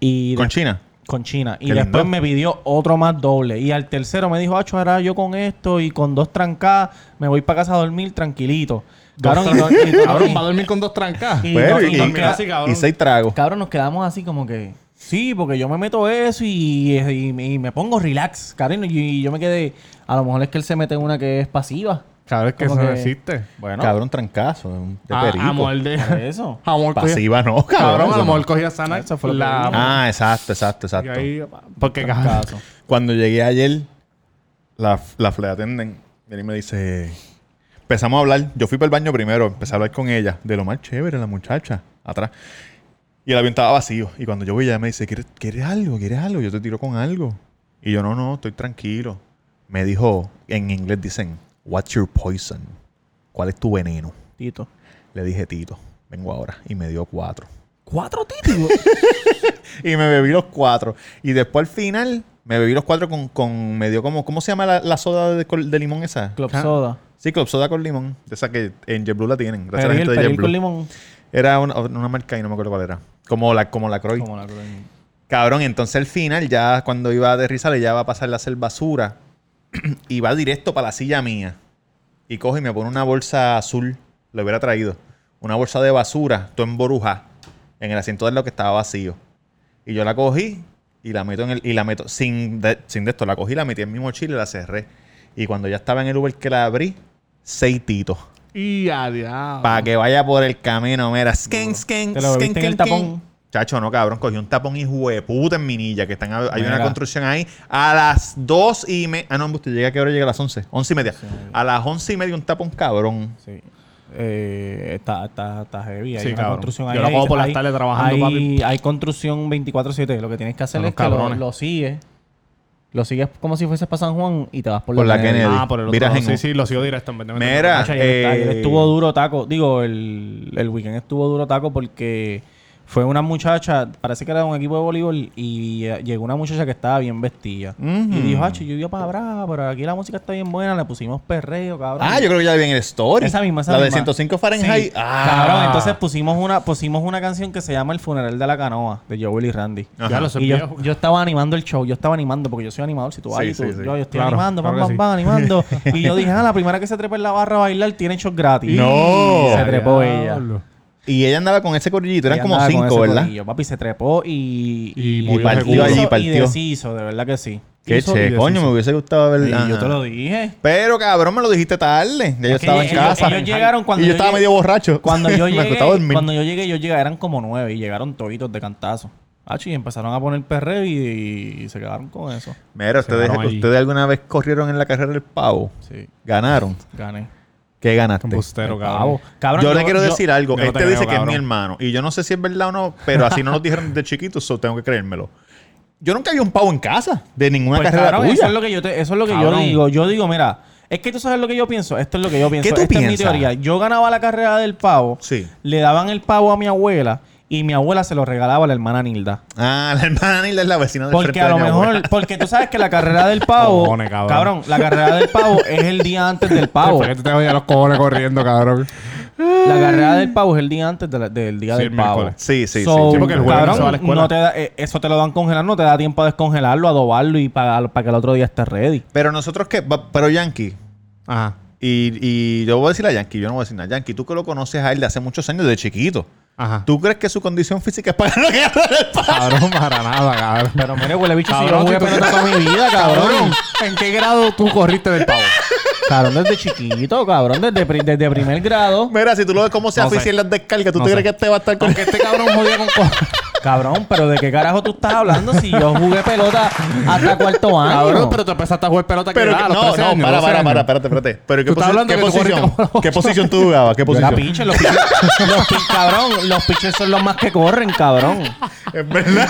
S1: Y
S2: Con
S1: de-
S2: China.
S1: con China. Y
S2: Qué lindo.
S1: después me pidió otro más doble. Y al tercero me dijo, Acho, ahora yo con esto y con dos trancadas me voy para casa a dormir tranquilito. Cabrón, y no- y-
S3: [laughs] Cabrón, va a dormir con dos trancas.
S1: Y
S2: Bueno,
S1: no-
S2: y,
S1: y
S3: dormir
S1: no-
S3: así, cabrón.
S2: y seis tragos.
S1: Cabrón, nos quedamos así como que. Sí, porque yo me meto eso y, y- y me pongo relax, cabrón. Y, y yo me quedé. A lo mejor es que él se mete una que es pasiva.
S3: Claro, es que eso
S1: Como
S3: no
S1: que-
S3: existe.
S1: Bueno,
S2: Cabrón, trancazo. un- De
S3: Ah,
S2: perico.
S3: amor de...
S1: por [laughs] eso.
S3: Amor cogía-
S2: Pasiva no, cabrón.
S3: Cabrón, a
S2: eso
S3: lo
S2: no.
S3: mejor cogía sana.
S1: Eso fue lo que
S3: la...
S1: dije.
S2: Ah, exacto, exacto,
S3: y
S2: exacto.
S3: ahí, porque cabrón.
S1: Caso.
S2: Cuando llegué ayer, la, la fle atenden. Viene y me dice. Empezamos a hablar. Yo fui para el baño primero. Empecé a hablar con ella. De lo más chévere, la muchacha. Atrás. Y el avión estaba vacío. Y cuando yo voy, ella me dice: ¿Quieres, ¿Quieres algo? ¿Quieres algo? Yo te tiro con algo. Y yo, no, no, estoy tranquilo. Me dijo, en inglés dicen: What's your poison? ¿Cuál es tu veneno?
S1: Tito.
S2: Le dije, Tito, vengo ahora. Y me dio cuatro.
S1: Cuatro títulos.
S2: Y me bebí los cuatro. Y después al final, me bebí los cuatro con. con me dio como. ¿Cómo se llama la, la soda de, col- de limón esa?
S1: Club soda.
S2: Sí, Club Soda con limón. De esa que en JetBlue la tienen. Gracias a la
S1: Peril,
S2: gente de
S1: peril con
S2: JetBlue.
S1: limón.
S2: Era una, una marca y no me acuerdo cuál era. Como la, como la Croix.
S1: Como la Club.
S2: Cabrón, entonces al final, ya cuando iba a aterrizar, ya va a pasar la basura [clears throat] y va directo para la silla mía. Y coge y me pone una bolsa azul, lo hubiera traído. Una bolsa de basura, todo emboruja, en el asiento de lo que estaba vacío. Y yo la cogí y la meto en el. Y la meto sin de, sin de esto, la cogí, la metí en mi mochila y la cerré. Y cuando ya estaba en el Uber que la abrí, seis titos.
S3: Y a diablo.
S2: Para que vaya por el camino, mira. Skin, skin,
S1: Te lo
S2: skin,
S1: bebiste en el
S2: skin,
S1: tapón.
S2: skin. Chacho, no, cabrón. Cogí un tapón y de puta en Minilla, que están, hay una
S1: Mira.
S2: construcción ahí. A las dos y media. Ah, no, usted llega a qué hora llega a las once. Once y media. A las once y media un tapón, cabrón.
S1: Sí. Eh, está, está, está heavy. Hay
S3: Sí,
S1: una
S3: cabrón.
S1: construcción
S3: Yo lo cojo por las tardes trabajando,
S1: hay,
S3: papi.
S1: Hay construcción 24-7. Lo que tienes que hacer
S3: Son
S1: es
S3: unos
S1: que lo,
S3: cabrones.
S1: lo sigues. Lo sigues como si fueses para San Juan y te vas por,
S2: Por la Kennedy.
S3: Ah, por el otro
S2: Viras
S3: lado.
S2: en
S3: Sí,
S2: U.
S3: sí, lo sigo directo. en vez de meterme
S2: Mira.
S3: en la
S1: Chacho, ayer-
S2: Ah, Eh,
S1: ayer estuvo duro taco. Digo, el, el weekend estuvo duro taco porque Fue una muchacha, parece que era de un equipo de voleibol, y eh, llegó una muchacha que estaba bien vestida. Y dijo, ah, yo iba para Brava, pero aquí la música está bien buena, le pusimos perreo, cabrón.
S2: Ah, yo creo que ya vi en el story.
S1: Esa misma, esa
S2: La de
S1: misma.
S2: 105 Fahrenheit.
S1: Sí.
S2: Ah.
S1: Cabrón, entonces pusimos una, pusimos una canción que se llama El funeral de la canoa, de Joel y Randy.
S2: Ajá.
S3: Ya lo sé,
S1: Y yo,
S3: viejo.
S1: yo estaba animando el show, yo estaba animando, porque yo soy animador, si tú vas y
S2: Sí,
S1: tú,
S2: sí, sí.
S1: Yo, yo estoy
S3: Claro,
S1: animando, pam,
S3: claro que
S1: pam, pam,
S2: [laughs]
S1: animando. y yo dije, ah, la primera que se trepa en la barra a bailar tiene shows gratis.
S2: No.
S1: Y se trepó ella.
S3: Diablo. [laughs]
S2: Y ella andaba con ese corillito. Eran
S1: Ella
S2: como
S1: andaba con
S2: cinco,
S1: ese
S2: ¿verdad?
S1: corillo, papi, se trepó y...
S3: Y
S2: Y
S3: movió
S2: partió
S1: hizo
S2: allí,
S1: y
S2: partió.
S1: deshizo, de verdad que sí.
S2: Qué
S3: hizo y
S2: che,
S3: deshizo.
S2: coño, me hubiese gustado ver.
S1: Y yo
S2: Ajá.
S1: te lo dije.
S2: Pero cabrón, me lo dijiste tarde. Ya yo
S1: Que
S2: estaba en
S1: ellos-
S2: casa.
S1: ellos llegaron cuando
S2: y yo
S1: yo
S2: estaba
S1: llegué-
S2: medio borracho.
S1: Cuando yo
S2: [laughs] me
S1: llegué,
S2: costaba dormir.
S1: cuando yo llegué, yo llegué, eran como nueve y llegaron toditos de cantazo. Ah, y empezaron a poner perreo y, y se quedaron con eso.
S2: Mira,
S3: Se
S2: ustedes,
S3: quedaron allí.
S2: ustedes alguna vez corrieron en la carrera del pavo.
S1: Sí,
S2: Ganaron.
S1: gané. Pues,
S2: ¿Qué ganaste?
S3: Compostero,
S1: Pavo.
S3: cabrón.
S1: Cabrón,
S2: yo, le quiero decir algo.
S3: Pues yo no
S2: este
S3: te
S2: dice
S3: creo,
S2: que es mi
S3: cabrón.
S2: hermano. Y yo no sé si es verdad o no, pero así no nos dijeron de chiquitos, so tengo que creérmelo. Yo nunca vi un pavo en casa de ninguna
S1: Pues,
S2: carrera
S1: cabrón,
S2: tuya.
S1: Eso es lo que yo, te- eso es lo que yo
S3: Cabrón.
S1: digo. Yo digo, mira, es que tú sabes lo que yo pienso. Esto es lo que yo pienso.
S2: tú
S1: Esta es mi
S2: piensas?
S1: teoría. Yo ganaba la carrera del pavo,
S2: Sí.
S1: le daban el pavo a mi abuela y mi abuela se lo regalaba a la hermana Nilda.
S2: Ah, la hermana Nilda es la vecina del
S1: Porque
S2: frente
S1: a
S2: de
S1: lo
S2: mi abuela.
S1: mejor, porque tú sabes que la carrera del pavo,
S3: Cojones,
S1: cabrón.
S3: cabrón.
S1: la carrera del pavo es el día antes del pavo.
S3: Después que tú te vayas a los cojones corriendo, cabrón.
S1: La carrera del pavo es el día antes de la- del día
S3: Sí,
S1: del
S3: el
S1: pavo.
S3: miércoles.
S2: Sí, sí,
S1: So,
S2: sí.
S3: Sí, porque el jueves
S1: cabrón,
S3: no se va a la escuela.
S1: no te da- eh, eso te lo dan congelado, no te da tiempo a descongelarlo, adobarlo y para, para que el otro día esté ready.
S2: Pero nosotros que, pero Yankee,
S3: Ajá.
S2: y, y yo voy a decir a Yankee, yo no voy a decir nada. Yankee, tú que lo conoces a él de hace muchos años, de chiquito.
S3: Ajá.
S2: ¿Tú crees que su condición física es para [laughs] lo que gana el pavo?
S3: Cabrón, para nada, cabrón.
S1: Pero mire, huele bicho, si yo
S3: Cabrón,
S1: jugué
S3: tú- [laughs]
S1: pelota toda mi vida, cabrón.
S3: ¿En qué grado tú corriste del pavo?
S1: Cabrón, desde chiquito, cabrón, desde, pri- desde primer grado.
S2: Mira, si tú lo ves cómo se
S3: No
S2: aficia
S3: sé.
S2: en las descargas, ¿tú
S3: No
S2: te
S3: sé.
S2: crees que este va a estar con
S3: Porque este cabrón jodía con cojones.
S1: Cabrón, pero ¿de qué carajo tú estás hablando si yo jugué pelota hasta cuarto año?
S3: Cabrón, pero tú empezaste a jugar pelota que
S2: Pero
S3: era
S2: que-
S3: a Ah, los
S2: no,
S3: 13
S2: no,
S3: años,
S2: para,
S3: 12
S2: para,
S3: años.
S2: para, espérate, espérate. Pero ¿qué,
S3: Tú estás
S2: posi-
S3: hablando
S2: qué
S3: que tú corriste
S2: posición?
S3: como
S2: ¿Qué posición tú jugabas? ¿Qué
S1: Yo era
S2: posición?
S1: pitcher, los pitchers, [laughs] los pi- cabrón, los pitchers son los más que corren, cabrón.
S2: [laughs] Es verdad.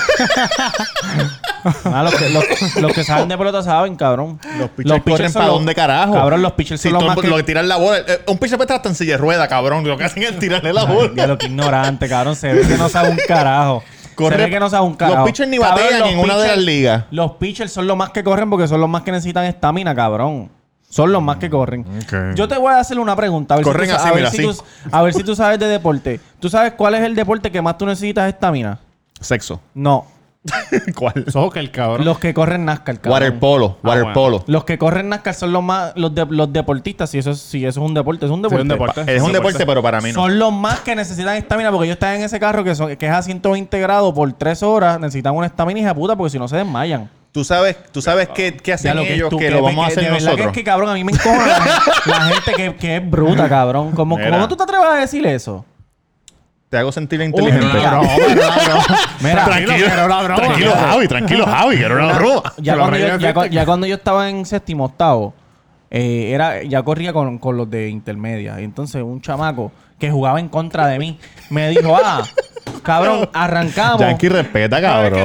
S1: Ah, los, que, los- los que saben de pelota saben, cabrón.
S2: Los pitchers corren
S1: son
S2: para
S1: los-
S2: dónde carajo.
S1: Cabrón, los pitchers
S2: si
S1: son los
S2: todo-
S1: más que...
S2: lo que tiran la bola. eh, un pitcher puede estar hasta en silla de rueda, cabrón. Lo que hacen es tirarle la bola.
S1: Ya lo que ignorante, cabrón. Se ve que no sabe un carajo.
S2: Corre-
S1: se ve que no sabe un carajo.
S2: Los pitchers ni
S1: Cabrón,
S2: batean
S1: los
S2: en una de
S1: pitchers-
S2: las ligas.
S1: Los pitchers son los más que corren porque son los más que necesitan estamina, cabrón. Son los más que corren.
S2: ok.
S1: Yo te voy a hacer una pregunta. A ver,
S2: Corren
S1: si tú, sa-
S2: así,
S1: a ver
S2: mira,
S1: si
S2: así.
S1: tú- a ver si tú sabes de deporte. ¿Tú sabes cuál es el deporte que más tú necesitas estamina?
S2: Sexo.
S1: No.
S2: ¿Cuál?
S3: Soccer, cabrón.
S1: Los que corren NASCAR, cabrón.
S2: Waterpolo.
S3: bueno.
S2: Waterpolo.
S1: Los que corren NASCAR son los más los, de- los deportistas, si eso es, si eso es un deporte, es un deporte. pues.
S3: un deporte.
S2: Es un deporte, pero para mí no.
S1: Son los más que necesitan estamina porque ellos están en ese carro que, son, que es a 120 grados por 3 horas, necesitan una estamina hija puta porque si no se desmayan.
S2: Tú sabes, tú sabes qué, qué hacen
S1: Ah. Ya,
S2: ellos
S1: tú-
S2: que lo vamos a
S1: que-
S2: hacer
S1: de verdad
S2: nosotros.
S1: Que es que cabrón, a mí me encojona
S2: [laughs]
S1: la, gen- la gente que, que es bruta, cabrón. ¿Cómo,
S2: Mira.
S1: ¿Cómo tú te atreves a decir eso?
S2: Te hago sentir
S1: Uy,
S2: inteligente.
S1: mira.
S3: Ah,
S1: Mira,
S2: Tranquilo,
S3: que era una broma.
S2: tranquilo, Javi, tranquilo, Javi, que era una broma.
S1: ya,
S3: Pero
S1: cuando
S3: reyes
S1: yo,
S3: de
S1: ya cu-
S3: este-
S1: ya cuando yo estaba en séptimo, octavo, eh, era, ya corría con, con los de intermedia. Y Entonces, un chamaco que jugaba en contra de mí me dijo, ah, cabrón, arrancamos.
S2: Yankee respeta, cabrón.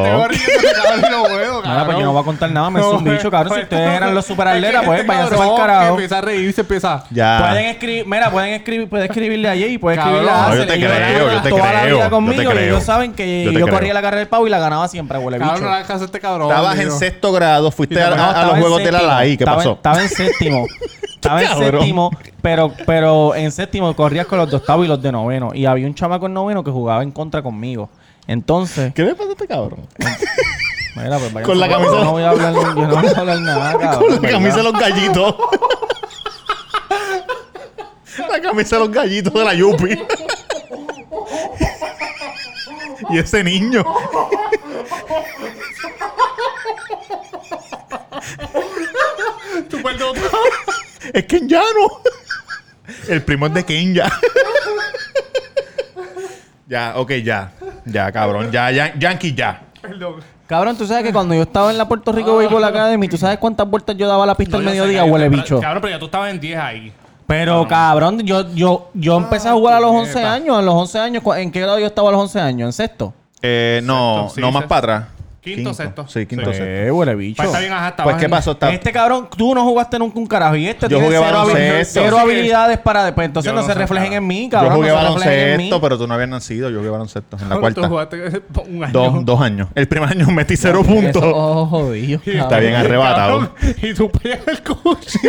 S1: Nada, pues yo no voy a contar nada, me es un bicho, cabrón. Si
S3: pues,
S1: ustedes eran los superatletas, pues váyanse para el
S3: este Que
S1: carajo.
S3: empieza a reírse, empieza.
S1: Pueden
S2: Ya.
S1: escribir, mira, pueden escribir, puede escribirle a Jay, puede escribirle a
S2: yo
S3: Cabrón,
S2: te
S1: Hazel, ellos
S2: creo,
S1: llevan
S2: yo te
S1: toda la
S2: creo,
S1: vida
S2: yo te
S1: conmigo y
S2: creo.
S1: ellos saben que yo,
S2: Yo te creo.
S1: corría la carrera del pavo y la ganaba siempre, huele bicho.
S3: Cabrón, no la dejas a este cabrón.
S2: Estabas
S3: amigo.
S2: en sexto grado, fuiste a,
S1: No,
S2: a- a
S1: estaba
S2: los
S1: en
S2: juegos de la
S1: séptimo.
S2: LAI. ¿Qué
S1: Estaba-
S2: pasó?
S1: Estaba en
S2: [laughs]
S1: séptimo. Estaba en
S2: Cabrón.
S1: séptimo, pero, pero en séptimo corrías con los de octavo y los de noveno. Y había un chamaco en noveno que jugaba en contra conmigo. Entonces,
S2: ¿Qué le pasa a este cabrón?
S1: mira, pues, vaya,
S2: Con la
S1: yo
S2: camisa-
S1: No voy a hablar, yo no voy a hablar nada, cabrón.
S2: [laughs] Con la
S1: ¿verdad?
S2: camisa de
S1: [laughs]
S2: los gallitos. la camisa de los gallitos de la Yupi. [laughs] y ese niño.
S3: pues,
S2: es kenyano. [laughs] El primo es de Kenya. [laughs] ya, ok, ya. Ya, cabrón. Ya, ya Yankee, ya.
S1: Cabrón, tú sabes que cuando yo estaba en la Puerto Rico Baseball Academy, tú sabes cuántas vueltas yo daba a la pista
S3: No,
S1: al
S3: yo sé
S1: mediodía,
S3: que-
S1: huele
S3: pero-
S1: bicho.
S3: Cabrón, pero ya tú estabas en 10 ahí.
S1: Pero cabrón, yo, yo, yo empecé a jugar a los
S3: Ah,
S1: 11 años. A los 11 años, ¿cu- ¿en qué grado yo estaba a los 11 años? ¿En sexto?
S2: Eh, no,
S3: Exacto, sí,
S2: no más
S3: sí.
S2: para atrás.
S3: Quinto, sexto.
S2: Sí, quinto,
S3: Sí.
S2: sexto.
S1: Eh, huele bicho.
S3: Pues está bien, ajá, está
S2: Pues,
S3: bajo
S2: ¿qué
S3: en-
S2: pasó? Está-
S1: Este cabrón, tú no jugaste nunca un carajo y este
S2: Yo
S1: tiene
S2: jugué
S1: cero, habil-
S2: baloncesto.
S1: cero
S3: Sí.
S1: habilidades para... Pues, entonces
S3: Yo
S1: no,
S3: no
S1: se
S3: sé
S1: reflejen
S3: nada.
S1: en mí,
S2: Yo
S1: cabrón.
S2: jugué
S1: no se reflejen en mí.
S2: baloncesto, pero tú no habías nacido. Yo jugué baloncesto en la
S3: Tú
S2: cuarta.
S3: jugaste un año. [laughs]
S2: Dos, dos años. El primer año metí cero
S1: Eso,
S2: puntos.
S1: oh, jodido.
S2: Está bien arrebatado.
S3: Cabrón, Y tú pegas el coche.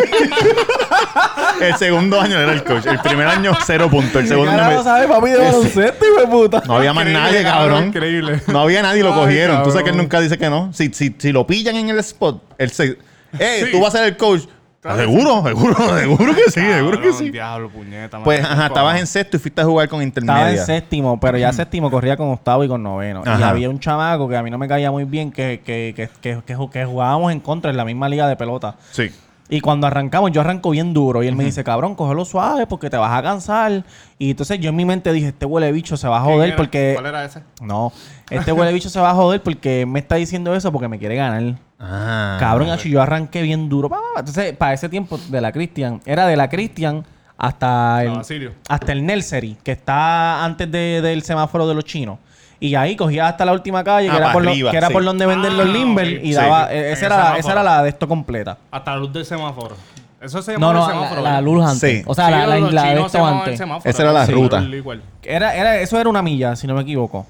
S2: El segundo año era el coach. El primer año, cero puntos. El segundo año.
S1: Carajo,
S2: me-
S1: ¿sabes, papi? De
S2: Ese-
S1: baloncesto, hijo de puta.
S2: No había más
S3: Increíble,
S2: nadie, cabrón.
S3: increíble.
S2: No había nadie, lo
S3: Ay,
S2: cogieron. Tú sabes que él
S3: cabrón.
S2: nunca dice que no. Si, si, si lo pillan en el spot, él se. ¡Eh,
S3: Sí.
S2: tú vas a ser el coach!
S3: Claro que
S2: seguro, seguro, [laughs] seguro que sí, seguro que
S3: Cabrón,
S2: sí.
S3: Diablo, puñeta.
S2: Pues,
S3: madre,
S2: ajá,
S3: por
S2: estabas
S3: favor.
S2: en sexto y fuiste a jugar con intermedia.
S1: Estaba en séptimo, pero ya séptimo corría con octavo y con noveno. Y
S2: Ajá.
S1: había un chamaco que a mí no me caía muy bien, que, que, que, que, que ju- que jugábamos en contra en la misma liga de pelota.
S2: Sí.
S1: Y cuando arrancamos, yo arranco bien duro. Y él me dice, cabrón, cógelo suave porque te vas a cansar. Y entonces yo en mi mente dije, este huele bicho se va a
S3: ¿Quién
S1: joder
S3: era?
S1: porque...
S3: ¿Cuál era ese?
S1: No, este huele bicho se va a joder porque me está diciendo eso porque me quiere ganar.
S2: Ah.
S1: Cabrón, acho, yo arranqué bien duro. pa, pa, pa. Entonces, para ese tiempo de la Christian, era de la Christian hasta el,
S3: No, Sirio.
S1: hasta el Nursery, que está antes de- del semáforo de los chinos. Y ahí cogía hasta la última calle,
S2: Ah,
S1: que, era
S2: pa'
S1: por, lo-
S2: arriba,
S1: que era
S2: sí.
S1: por donde venden
S3: Ah,
S1: los Limber,
S3: ok.
S1: y
S3: Sí,
S1: daba,
S3: en
S1: eh,
S3: el
S1: esa, era la, esa
S3: semáforo.
S1: era la de esto completa.
S3: Hasta la luz del semáforo. Eso se llama
S1: No, no,
S3: el
S1: la,
S3: semáforo.
S1: la
S3: ¿verdad?
S1: luz antes.
S2: Sí.
S1: O sea,
S3: Sí,
S1: la,
S3: los
S1: la, la de
S3: chinos
S1: esto
S3: llamaban el
S1: antes.
S3: semáforo.
S2: Esa era la
S3: Sí.
S2: ruta.
S3: Igual.
S1: Era, era, eso era una milla, si no me equivoco.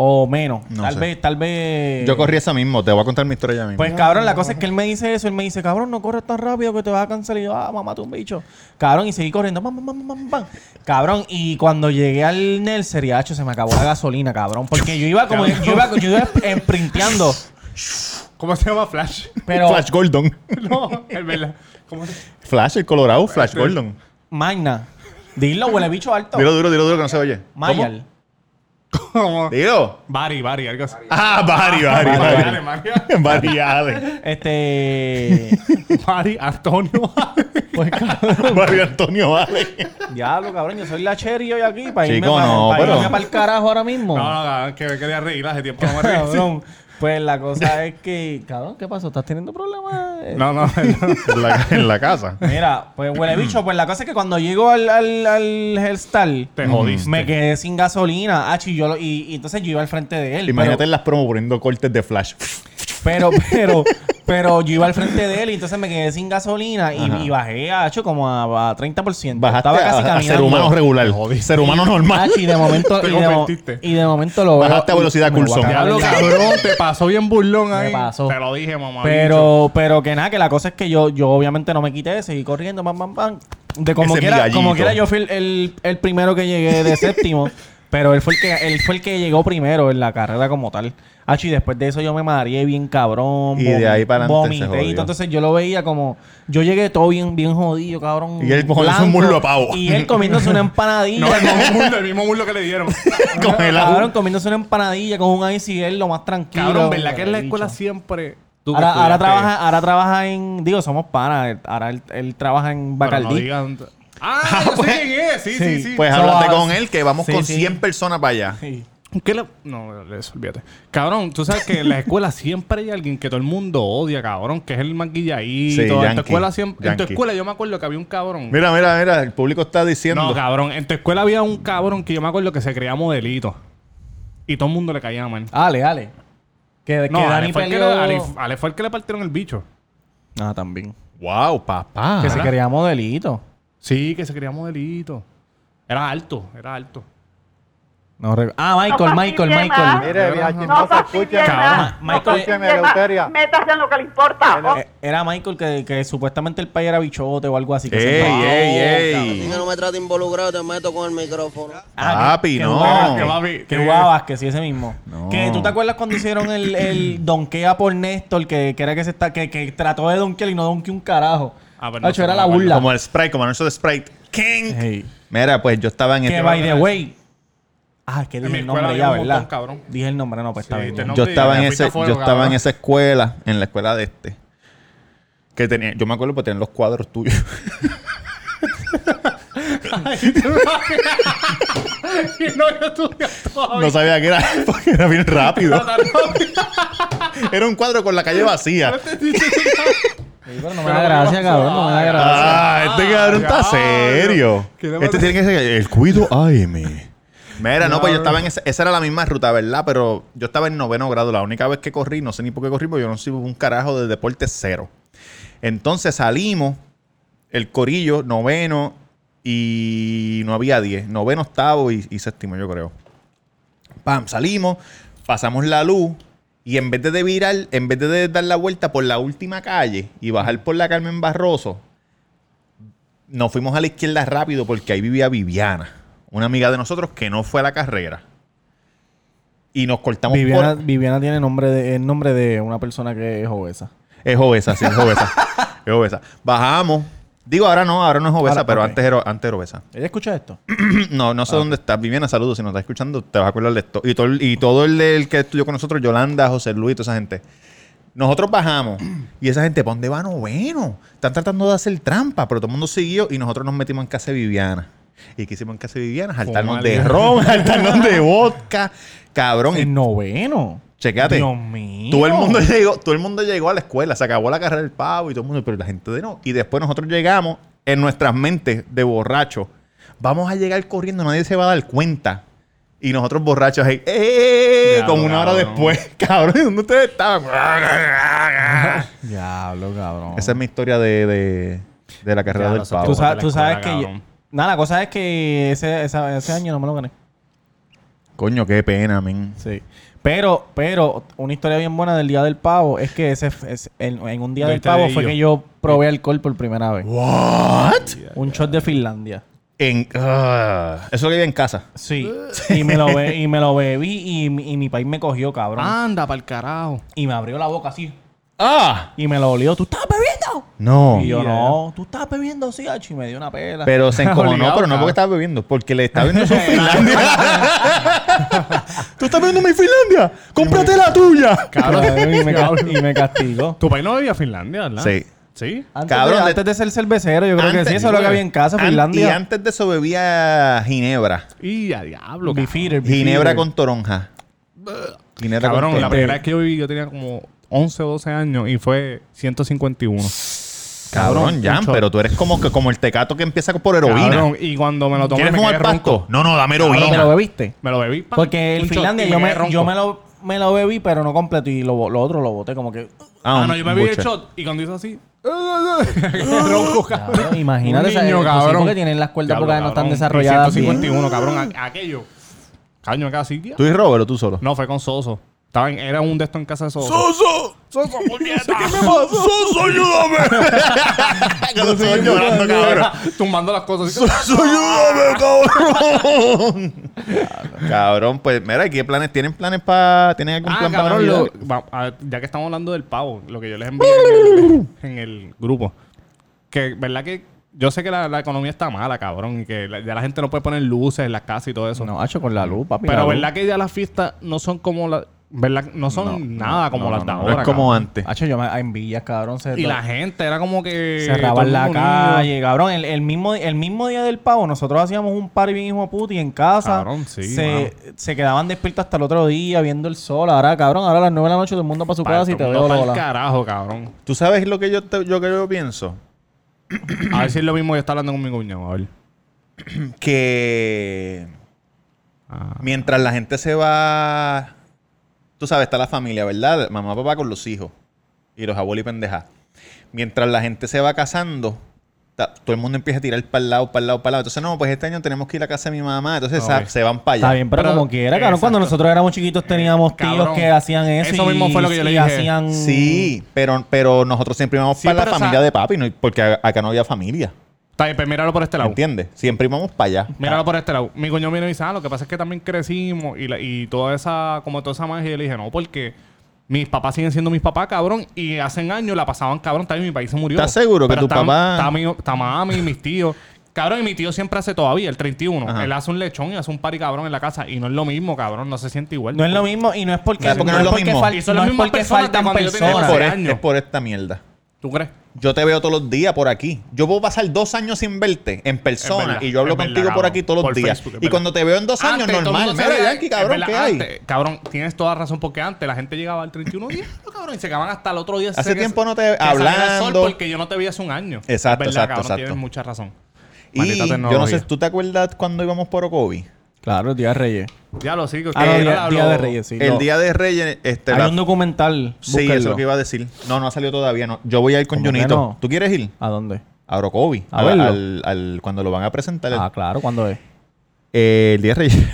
S1: O menos.
S2: No
S1: tal
S2: sé.
S1: vez, tal vez.
S2: Yo corrí eso mismo. Te voy a contar mi historia ya mismo. [laughs]
S1: Pues cabrón, la cosa es que él me dice eso, él me dice, cabrón, no corres tan rápido que te vas a cansar y yo, ah, mamá, tú un bicho. Cabrón, y seguí corriendo, pam, pam, pam, pam, pam. Cabrón, y cuando llegué al nursery, hacho, se me acabó la gasolina, cabrón. Porque yo iba como, yo iba, yo iba [laughs] em, emprinteando,
S3: ¿Cómo se llama Flash? [laughs]
S1: pero
S2: Flash Gordon. [laughs]
S3: no, es verdad. ¿Cómo se
S2: Flash, el Colorado, Flash Gordon.
S1: magna. Dilo, huele bicho alto.
S2: Dilo duro, dilo duro que no se oye.
S1: Mayal.
S3: ¿Cómo?
S2: Dilo.
S3: Bari, Bari, algo así.
S2: Ah, Barry, Barry,
S1: Barry,
S2: Barry.
S3: Mario.
S2: [laughs] Barry Allen.
S1: Este.
S3: [laughs] Bari, Antonio. [laughs]
S1: Pues cabrón.
S2: Barry Antonio Allen.
S1: Diablo, cabrón, yo soy la cherry hoy aquí para irme
S2: Chico,
S1: para,
S2: no, pero-
S1: el carajo ahora mismo. [laughs]
S3: No, no, cabrón, que me quería reír hace tiempo. No, me reí.
S1: Cabrón, pues la cosa es que, cabrón, ¿qué pasó? ¿Estás teniendo problemas?
S3: no, no.
S2: [laughs] En la, en la casa.
S1: Mira, pues huele bicho, pues la cosa es que cuando llego al, al, al Hellstar,
S3: Te jodiste.
S1: me quedé sin gasolina, ah, y, yo lo- y, y entonces yo iba al frente de él.
S2: Imagínate
S1: pero,
S2: en las promos poniendo cortes de Flash. [laughs]
S1: pero, pero, pero yo iba al frente de él y entonces me quedé sin gasolina y, y bajé, hacho, como a, a 30%.
S2: Bajaste
S1: Estaba casi
S2: a, a
S1: caminando.
S2: ser humano regular. Ser humano normal.
S1: Hacho, y de momento,
S3: [laughs] Te
S1: y, de, mo-
S3: convertiste.
S1: y de momento lo veo-
S2: Bajaste a velocidad
S1: me voy a
S2: Coulson.
S1: cagar en
S3: [laughs]
S1: la-
S3: Diablo, cabrón, te pasó bien burlón ahí.
S1: pasó.
S3: Te lo dije, mamá.
S1: Pero, pero que nada, que la cosa es que yo, yo obviamente no me quité, seguí corriendo, pam, pam, pam. De como
S2: Ese
S1: quiera,
S2: migallito.
S1: como quiera, yo fui el, el, el primero que llegué
S2: [laughs]
S1: de séptimo. Pero él fue el que, él fue el que llegó primero en la carrera como tal. Hacho, y después de eso yo me mareé bien cabrón.
S2: Y de
S1: vom-
S2: ahí para adelante se
S1: vomité y
S2: jodió.
S1: todo. entonces yo lo veía como, yo llegué todo bien, bien jodido, cabrón.
S2: Y él cogiéndose un
S1: blanco,
S2: muslo de pavo.
S1: Y él comiéndose
S2: [laughs]
S1: una empanadilla. [laughs]
S3: No, el mismo muslo, el mismo muslo que le dieron.
S2: Con el
S1: cabrón, comiéndose una empanadilla con un ice y él lo más tranquilo.
S3: Cabrón, ¿verdad que en la
S1: Bicho.
S3: escuela siempre... tú que
S1: Ahora, ahora
S3: estudiaste-
S1: trabaja, ahora trabaja en. Digo, somos panas. él- Ahora él, él trabaja en
S3: Pero no
S1: Bacardí. pues.
S3: digan-
S1: [laughs]
S3: Ah, yo sé quién es. Sí, sí,
S1: sí.
S3: sí.
S2: Pues
S1: So,
S2: háblate
S1: ah,
S2: con él que vamos
S1: sí,
S2: con
S1: sí.
S2: 100 personas para allá.
S1: Sí.
S3: ¿Qué le- No, eso, olvídate. Cabrón, tú sabes que en las escuelas siempre hay alguien que todo el mundo odia, cabrón, que es el maquilladito.
S2: Sí,
S3: en
S2: yankee,
S3: tu escuela siempre... En tu
S2: yankee.
S3: escuela yo me acuerdo que había un cabrón...
S2: Mira, mira, mira. El público está diciendo.
S3: No, cabrón. En tu escuela había un cabrón que yo me acuerdo que se creía modelito. Y todo el mundo le caía mal.
S1: Ale, Ale. Que,
S3: No,
S1: que
S3: Ale
S1: Dani
S3: fue, el que le,
S1: peleó.
S3: Ale- Ale fue el que le partieron el bicho.
S1: Ah, también.
S2: wow, papá.
S1: Que se quería modelito.
S3: Sí, que se creía modelito. Era alto, era alto.
S1: No rec- ah, Michael, Michael,
S4: fastidien más.
S1: Michael.
S8: Mire, vieja
S4: No
S8: chismosa,
S4: fastidien
S8: escuchen.
S1: Cabrón,
S4: más.
S1: Ma-
S4: No
S1: Michael-
S4: fastidien
S8: Escúcheme,
S4: más.
S8: Eleuteria.
S4: Métase en lo que le importa.
S1: Eh, Era Michael que, que supuestamente el país era bichote o algo así. Que se-
S2: Ey, ey, ey.
S9: no me trate involucrado, te meto con el micrófono.
S1: Ah,
S2: Papi,
S1: que- Que
S2: no.
S1: jugaba,
S3: papi, eh.
S1: que
S3: que-
S1: jugabas, que sí, ese mismo.
S2: No.
S1: Que tú te acuerdas cuando hicieron el, el donkea por Néstor, que, que era que se está, que, que trató de donkear y no donkeó un carajo.
S3: Ah, pero no
S1: Hacho,
S3: sé,
S1: era
S3: no
S1: la
S3: me acuerdo.
S1: burla.
S2: Como el Sprite, como el anuncio de Sprite. King.
S1: Ey.
S2: Mira, pues yo estaba en
S1: Que
S2: este-
S1: by the way. Ah, es que
S3: En
S1: dije
S3: mi
S1: el
S3: escuela
S1: nombre
S3: había
S1: ya,
S3: un montón,
S1: ¿verdad?
S3: cabrón.
S1: Dije el nombre, no, pues está
S3: Sí, este
S1: bien.
S3: te
S1: ya.
S3: no-
S2: yo
S3: hombre,
S2: estaba
S3: y
S2: en
S3: la
S2: ese,
S3: pista fuego,
S2: yo estaba en
S3: cabrón.
S2: esa escuela, en la escuela de este. Que tenía, yo me acuerdo porque tenían los cuadros tuyos.
S3: Y no yo estudié todavía.
S2: No sabía que era, [laughs] porque era bien rápido.
S3: Tan rápido.
S2: Era un cuadro con la calle vacía.
S1: Sí, pero no me da gracia, cabrón. No me da gracia.
S2: Ah, este cabrón está
S3: diablo.
S2: serio.
S3: ¿Qué le
S2: Este
S3: pasa?
S2: tiene que ser el cuido AM. Mira, no, pues yo estaba en esa, esa era la misma ruta, ¿verdad? Pero yo estaba en noveno grado. La única vez que corrí, no sé ni por qué corrí, porque yo no soy un carajo de deporte cero. Entonces salimos, el corillo, noveno, y no había diez. Noveno, octavo y, y séptimo, yo creo. Pam, salimos, pasamos la luz, y en vez de, de virar, en vez de dar la vuelta por la última calle y bajar por la Carmen Barroso, nos fuimos a la izquierda rápido porque ahí vivía Viviana, una amiga de nosotros que no fue a la carrera. Y nos cortamos
S1: Viviana,
S2: por...
S1: Viviana tiene nombre de, el nombre de una persona que es obesa.
S2: Es obesa, sí, es obesa. [laughs] es obesa. Bajamos. Digo, ahora no, ahora no es obesa,
S1: Ahora,
S2: pero
S1: ok.
S2: antes, era, antes era obesa.
S1: ¿Ella escucha
S2: [clears throat]
S1: esto?
S2: no, no sé dónde estás. Viviana, saludos. Si nos estás escuchando, te vas a acordar de esto. Y todo, el- y todo el, del que estudió con nosotros, Yolanda, José Luis, toda esa gente. Nosotros bajamos y esa gente, ¿para dónde va noveno? Están tratando de hacer trampa, pero todo el mundo siguió y nosotros nos metimos en casa de Viviana. ¿Y qué hicimos en casa de Viviana? Saltarnos de
S3: Fumar.
S2: ron, [laughs] saltarnos de vodka. Cabrón, y
S1: El noveno.
S2: Chequéate.
S1: Dios mío.
S2: Todo el mundo [laughs] llegó, todo el mundo llegó a la escuela, se acabó la carrera del pavo y todo el mundo, pero la gente de no. Y después nosotros llegamos en nuestras mentes de borracho. Vamos a llegar corriendo, nadie se va a dar cuenta. Y nosotros borrachos ahí, ¡eh!
S3: Diablo,
S2: como una hora
S3: cabrón.
S2: después, [laughs] cabrón, ¿y ¿dónde ustedes estaban?
S1: Diablo, cabrón.
S2: Esa es mi historia de, de- de la carrera
S3: Ya,
S2: del
S3: los
S2: pavo.
S1: Tú
S3: Vamos a
S1: sabes,
S3: la
S1: tú
S3: escuela,
S1: sabes que... yo-
S3: cabrón.
S1: nada, la cosa es que ese, esa- ese año no me lo gané.
S2: Coño, qué pena, men.
S1: Sí. Pero, pero, una historia bien buena del Día del Pavo es que ese, es- en, en un Día del
S3: Del
S1: Pavo fue
S3: TDIO.
S1: que yo probé alcohol por primera vez.
S2: ¿What?
S1: Un shot de Finlandia.
S2: En, ah, eso lo vi en casa.
S1: Sí. y, me lo be- y me lo bebí y, mi- y mi país me cogió, cabrón.
S3: Anda, pa'l carajo.
S1: Y me abrió la boca así.
S2: ¡Ah!
S1: Y me lo olió. ¿Tú estás bebiendo?
S2: No.
S1: Y yo,
S3: Yeah.
S1: no. ¿Tú estás bebiendo? Sí, hacho. Y me dio una pela.
S2: Pero se encojonó,
S3: Obligado,
S2: pero no
S3: cabrón.
S2: porque estaba bebiendo, porque le estaba bebiendo su Finlandia. ¿Tú estás bebiendo mi Finlandia? ¡Cómprate la tuya! [laughs]
S1: Cabrón, y, me, ca- y me castigó.
S3: Tu país no bebía Finlandia, ¿verdad?
S2: Sí.
S3: ¿Sí?
S1: Antes,
S2: Cabrón,
S1: de,
S2: de-
S1: antes de ser cervecero, yo creo que
S2: Antes-
S1: sí. Eso es lo que había en casa,
S2: An- Y
S1: Finlandia.
S2: antes de eso bebía Ginebra.
S3: Y a diablo, cabrón.
S1: Beefeater,
S2: Ginebra
S1: Beefeater.
S2: con toronja. Ginebra
S3: Cabrón,
S2: con
S3: la
S2: toronja.
S3: primera vez que yo viví, yo tenía como 11 o 12 años y fue 151.
S2: Cabrón,
S3: cabrón,
S2: Jan,
S3: mucho.
S2: pero tú eres como, que- como el tecato que empieza por heroína.
S3: Cabrón, y cuando me lo tomé
S2: ¿Quieres
S3: me quedé
S2: fumar
S3: ronco.
S2: pasto? No, no, dame
S1: Cabrón, ¿Te
S2: heroína.
S1: lo bebiste?
S3: Me lo bebí. pa,
S1: Porque el
S3: un shot,
S1: Finlandia
S3: y
S1: yo me,
S3: quedé ronco.
S1: yo me lo me lo bebí, pero no completo. Y lo, bo- lo otro lo boté como que.
S3: Ah,
S2: un
S3: no, yo me bebí el
S2: buche.
S3: shot y cuando
S1: [laughs]
S3: hizo así... quedé [laughs] ronco,
S1: Cabrón,
S3: cabrón.
S1: [laughs] imagínate
S3: Un
S1: esa-
S3: niño,
S1: esos
S3: cabrón.
S1: hijos que tienen las cuerdas
S3: Diablo,
S1: vocales no están
S3: cabrón.
S1: desarrolladas.
S3: Y
S1: bien.
S3: 151, cabrón. a- Aquello. Caño, casi.
S2: ¿Tú y Robert o tú solo?
S3: No, fue con Soso. Estaba en- era un de estos en casa de Soso. ¡Soso! ¡Soso, puñeta! [laughs]
S2: ¡Soso, ayúdame! Cuando estoy
S3: [laughs]
S2: llorando, cabrón.
S3: Tumbando las cosas. así.
S2: ¡Ayúdame, cabrón! Ah. [laughs] cabrón, pues mira, ¿qué planes? ¿Tienen planes para. ¿Tienen algún
S3: Ah,
S2: plan para
S3: cabrón,
S2: Navidad?
S3: lo- va- a- ya que estamos hablando del pavo, lo que yo les envié
S2: [laughs]
S3: en el, en el grupo. Que, ¿verdad que...? Yo sé que la, la economía está mala, cabrón, y que la- ya la gente no puede poner luces en las casas y todo eso.
S1: No, hacho con la luz, papi.
S3: Pero
S1: la luz.
S3: ¿verdad que ya las fiestas no son como las... ¿Verdad? No son nada como
S2: No,
S3: las
S2: no,
S3: de
S2: no,
S3: ahora,
S2: No es como
S3: cabrón.
S2: antes.
S1: Hacho, yo me, en Villas, cabrón. Se,
S3: Y la gente era como que...
S1: cerraban
S3: todo
S1: la
S3: el mundo unido.
S1: calle, cabrón. El, el mismo, el mismo día del pavo, nosotros hacíamos un party bien hijo de puta y en casa.
S3: Cabrón, sí,
S1: se, se quedaban despiertos hasta el otro día viendo el sol. Ahora, cabrón, ahora a las 9 de la noche todo el mundo para su
S3: Para
S1: casa y te
S3: todo el
S1: veo
S3: mundo pa'l
S1: Lola.
S3: carajo, cabrón.
S2: ¿Tú sabes lo que yo, te- yo, que yo pienso?
S3: A ver si es lo mismo que está hablando con mi cuñado. A ver.
S2: Que.
S3: Ah,
S2: Mientras la gente se va. Tú sabes, está la familia, ¿verdad? Mamá, papá con los hijos. Y los abuelos y pendejas. Mientras la gente se va casando. ta- Todo el mundo empieza a tirar para el lado, para el lado, para el lado. Entonces, no, pues este año tenemos que ir a casa de mi mamá. Entonces, sa-
S3: Ok.
S2: se van para allá.
S1: Está bien, pero,
S3: Pero-
S1: como quiera, cabrón. Cuando
S3: exacto. Eh,
S1: nosotros éramos chiquitos teníamos tíos
S3: Cabrón,
S1: que hacían eso.
S3: eso
S1: y-
S3: mismo fue lo que yo le
S1: y
S3: dije.
S1: Hacían...
S2: Sí, pero, pero nosotros siempre íbamos
S3: Mm. Sí,
S2: para la
S3: pero esa-
S2: familia de papi, no- porque a- acá no había familia.
S3: Está bien, pues míralo por este
S2: ¿Me
S3: lado.
S2: entiendes? Siempre íbamos para allá.
S3: Míralo por este lado. Mi coño viene y dice, ah, lo que pasa es que también crecimos y, la- y toda esa, como toda esa magia. Y yo le dije, no, porque mis papás siguen siendo mis papás, cabrón. Y hace años la pasaban, cabrón. También mi país se murió.
S2: ¿Estás seguro que tu
S3: Pero está-
S2: papá-
S3: Está, mi, está mami, mis tíos. Cabrón, y mi tío siempre hace todavía, el 31.
S2: Ajá.
S3: Él hace un lechón y hace un party, cabrón, en la casa. Y no es lo mismo, cabrón. No se siente igual.
S1: No es lo mismo y no es porque,
S2: No es porque no es lo
S1: porque
S2: mismo.
S1: fal-
S3: Y son
S1: no
S3: las
S1: es
S3: mismas
S1: porque
S3: personas de
S1: faltan
S3: cuando yo tenía
S2: Es
S3: Ahora,
S1: personas.
S2: por,
S3: hace
S2: es-
S3: años.
S2: es por esta mierda.
S3: ¿Tú crees?
S2: Yo te veo todos los días por aquí. Yo puedo pasar dos años sin verte en persona
S3: Es verdad,
S2: y yo hablo
S3: es verdad,
S2: contigo por
S3: cabrón.
S2: aquí todos
S3: Por
S2: los días.
S3: Facebook, es
S2: y
S3: verdad.
S2: cuando te veo en dos años,
S3: Antes, todo el
S2: normal.
S3: mundo se
S2: Mira,
S3: veía-
S2: Yankee,
S3: es
S2: cabrón,
S3: verdad,
S2: ¿qué hay?
S3: antes, cabrón, tienes toda razón porque antes la gente llegaba al
S2: [laughs]
S3: 31 día, cabrón, y se quedaban hasta el otro día.
S2: Hace
S3: se-
S2: tiempo no te-
S3: que salía el sol
S2: hablando.
S3: porque yo no te vi hace un año.
S2: Exacto,
S3: Es verdad,
S2: exacto,
S3: cabrón,
S2: exacto.
S3: Tienes mucha razón.
S2: Y yo no sé, ¿tú te acuerdas cuando íbamos por Ocovi?
S1: Claro, el Día de Reyes.
S3: Diablo, sí. que-
S1: Ah, no,
S3: que
S1: Día,
S3: hablo-
S1: Día de Reyes, sí.
S2: el
S1: no.
S2: día de Reyes, este,
S1: Hay
S2: la-
S1: un documental.
S2: sí, eso es lo que iba a decir. No, no ha salido todavía. No. Yo voy a ir con
S1: ¿Cómo que
S2: Junito.
S1: no?
S2: ¿Tú quieres ir?
S1: ¿A dónde?
S2: A Brocovi.
S1: A
S2: al,
S1: verlo.
S2: al- al- cuando lo van a presentar. el-
S1: Ah, claro, ¿cuándo es?
S2: Eh, el día de Reyes.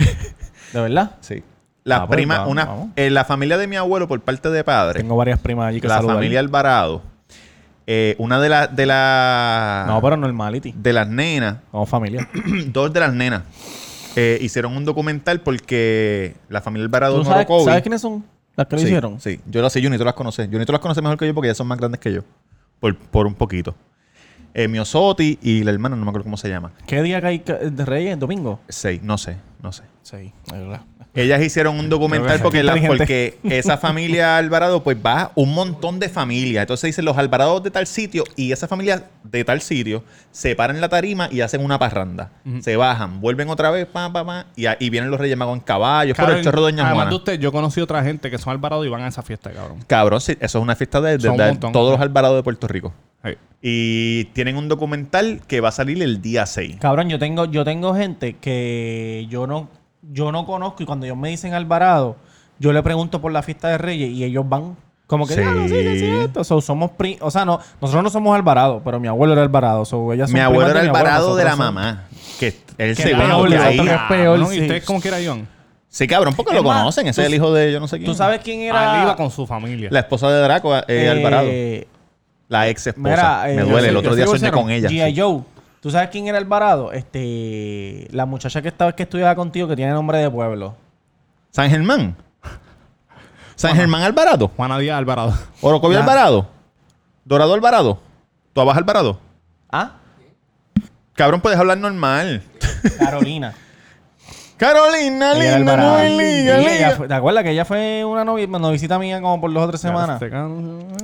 S1: ¿De verdad?
S2: [laughs] sí. La
S1: Ah, pues,
S2: prima,
S1: vamos,
S2: una,
S1: vamos.
S2: eh, la familia de mi abuelo por parte de padre.
S1: Tengo varias primas allí que
S2: la
S1: saludar.
S2: familia Alvarado. eh, una de las de la,
S1: No, pues. pero normality.
S2: de las nenas, [clears throat]
S1: Como familia.
S2: dos de las nenas, eh, hicieron un documental porque la familia Alvarado
S1: ¿Tú
S2: en
S1: sabes,
S2: Orocovi-
S1: ¿Sabes quiénes son? Las que lo
S2: Sí,
S1: hicieron.
S2: Sí, yo las sé, Junito las conoce. Junito las conoce mejor que yo porque ellas son más grandes que yo. Por, por un poquito. Eh, Miosotti y la hermana, no me acuerdo cómo se llama.
S1: ¿Qué día cae ca- de Reyes? ¿Domingo?
S2: Seis, no sé, no sé.
S1: Sí, es verdad.
S2: Ellas hicieron un documental
S1: Creo que
S2: porque,
S1: es
S2: la-
S1: inteligente.
S2: porque
S1: [laughs]
S2: esa familia Alvarado, pues va un montón de familias. Entonces dicen los Alvarados de tal sitio y esa familia de tal sitio se paran en la tarima y hacen una parranda. Se bajan, vuelven otra vez, pa, pa, pa, y, ahí vienen los Reyes Magos en caballos, por
S3: Cabrón,
S2: el chorro de Doña
S3: Además
S2: Juana.
S3: de usted, yo conocí otra gente que son Alvarado y van a esa fiesta, cabrón.
S2: Cabrón, sí, eso es una fiesta de, de-
S3: Son un
S2: de
S3: montón.
S2: todos los Alvarados de Puerto Rico.
S3: Ay,
S2: Y tienen un documental que va a salir el día 6.
S1: Cabrón, yo tengo, yo tengo gente que yo no, yo no conozco y cuando ellos me dicen Alvarado, yo le pregunto por la fiesta de Reyes y ellos van. Como que,
S2: Sí.
S1: "Ah, no, sí, sí, sí, esto". So, somos pri- o sea, no, nosotros no somos Alvarado, pero mi abuelo era Alvarado. So, ellas son
S2: Mi abuelo
S1: primas
S2: era
S1: de mi abuelo,
S2: Alvarado de la
S1: nosotros
S2: mamá. Que es el
S1: Que
S2: segundo
S1: doble,
S2: que ahí.
S1: nosotros- es peor,
S3: cabrón,
S1: sí.
S3: ¿Y ustedes cómo que era John?
S2: Sí, cabrón, porque lo
S1: Es más,
S2: conocen. Ese
S1: tú-
S2: es el hijo de yo no sé quién.
S1: somos- ¿Tú sabes quién era?
S3: Ah, Él iba con su familia.
S2: La esposa de Draco, eh,
S1: eh,
S2: Alvarado. La ex esposa.
S1: mira, eh,
S2: Me
S1: yo
S2: duele,
S1: sé-
S2: el
S1: yo
S2: otro
S1: sé
S2: día
S1: que
S2: soñé
S1: usaron
S2: con ella.
S1: G.I.
S2: sí.
S1: Joe. ¿Tú sabes quién era Alvarado? Este, la muchacha que estaba que estudiaba contigo que tiene nombre de pueblo.
S2: San Germán. San Germán Alvarado.
S3: Juana Díaz Alvarado.
S2: Orocovio
S1: La-
S2: Alvarado. Dorado Alvarado. Tuabas Alvarado.
S1: ¿Ah?
S2: Cabrón, puedes hablar normal. [laughs]
S1: Carolina.
S2: Carolina,
S1: Ella era
S2: linda,
S1: Alvarado.
S2: muy
S1: Y
S2: linda,
S1: ella
S2: linda.
S1: fue- ¿Te acuerdas que ella fue una novi- noviecita mía como por dos o tres
S3: [laughs]
S1: semanas?
S3: este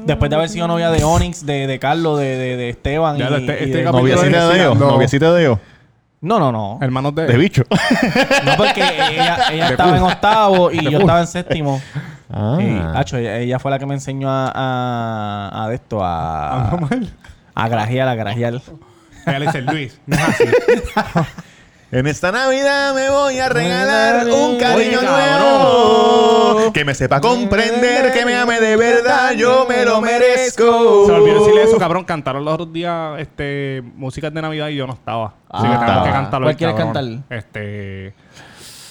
S1: Después de haber sido novia de Onyx, de, de Carlos, de, de, de Esteban.
S3: Ya,
S1: y-
S3: este-
S1: y
S3: este
S1: de-
S3: capítulo-
S2: Noviecita de Deo.
S3: No.
S2: Noviecita de Deo.
S1: No, no,
S3: [laughs]
S1: no.
S3: Hermanos de...
S2: De bicho.
S1: No, porque ella, ella
S3: De
S1: estaba en octavo y yo
S3: culo.
S1: estaba en séptimo. Y,
S2: Ah.
S1: hacho, ella, ella fue la que me enseñó a, a, a de esto,
S3: Ah,
S1: a,
S3: mal.
S1: a grajear, a grajear.
S3: Ella le dice Luis. No es así.
S2: En esta Navidad me voy a regalar un
S1: Oye,
S2: cariño
S3: cabrón.
S2: nuevo. Que me sepa comprender, que me ame de verdad, yo me lo merezco.
S3: Se me olvidó decirle
S2: Oh.
S3: eso, cabrón. Cantaron los otros días este, músicas de Navidad y yo no estaba. Así que
S2: Ah.
S3: tenemos que cantarlo.
S1: ¿Cuál
S3: hoy,
S1: quieres
S3: cabrón.
S1: cantar?
S3: Este...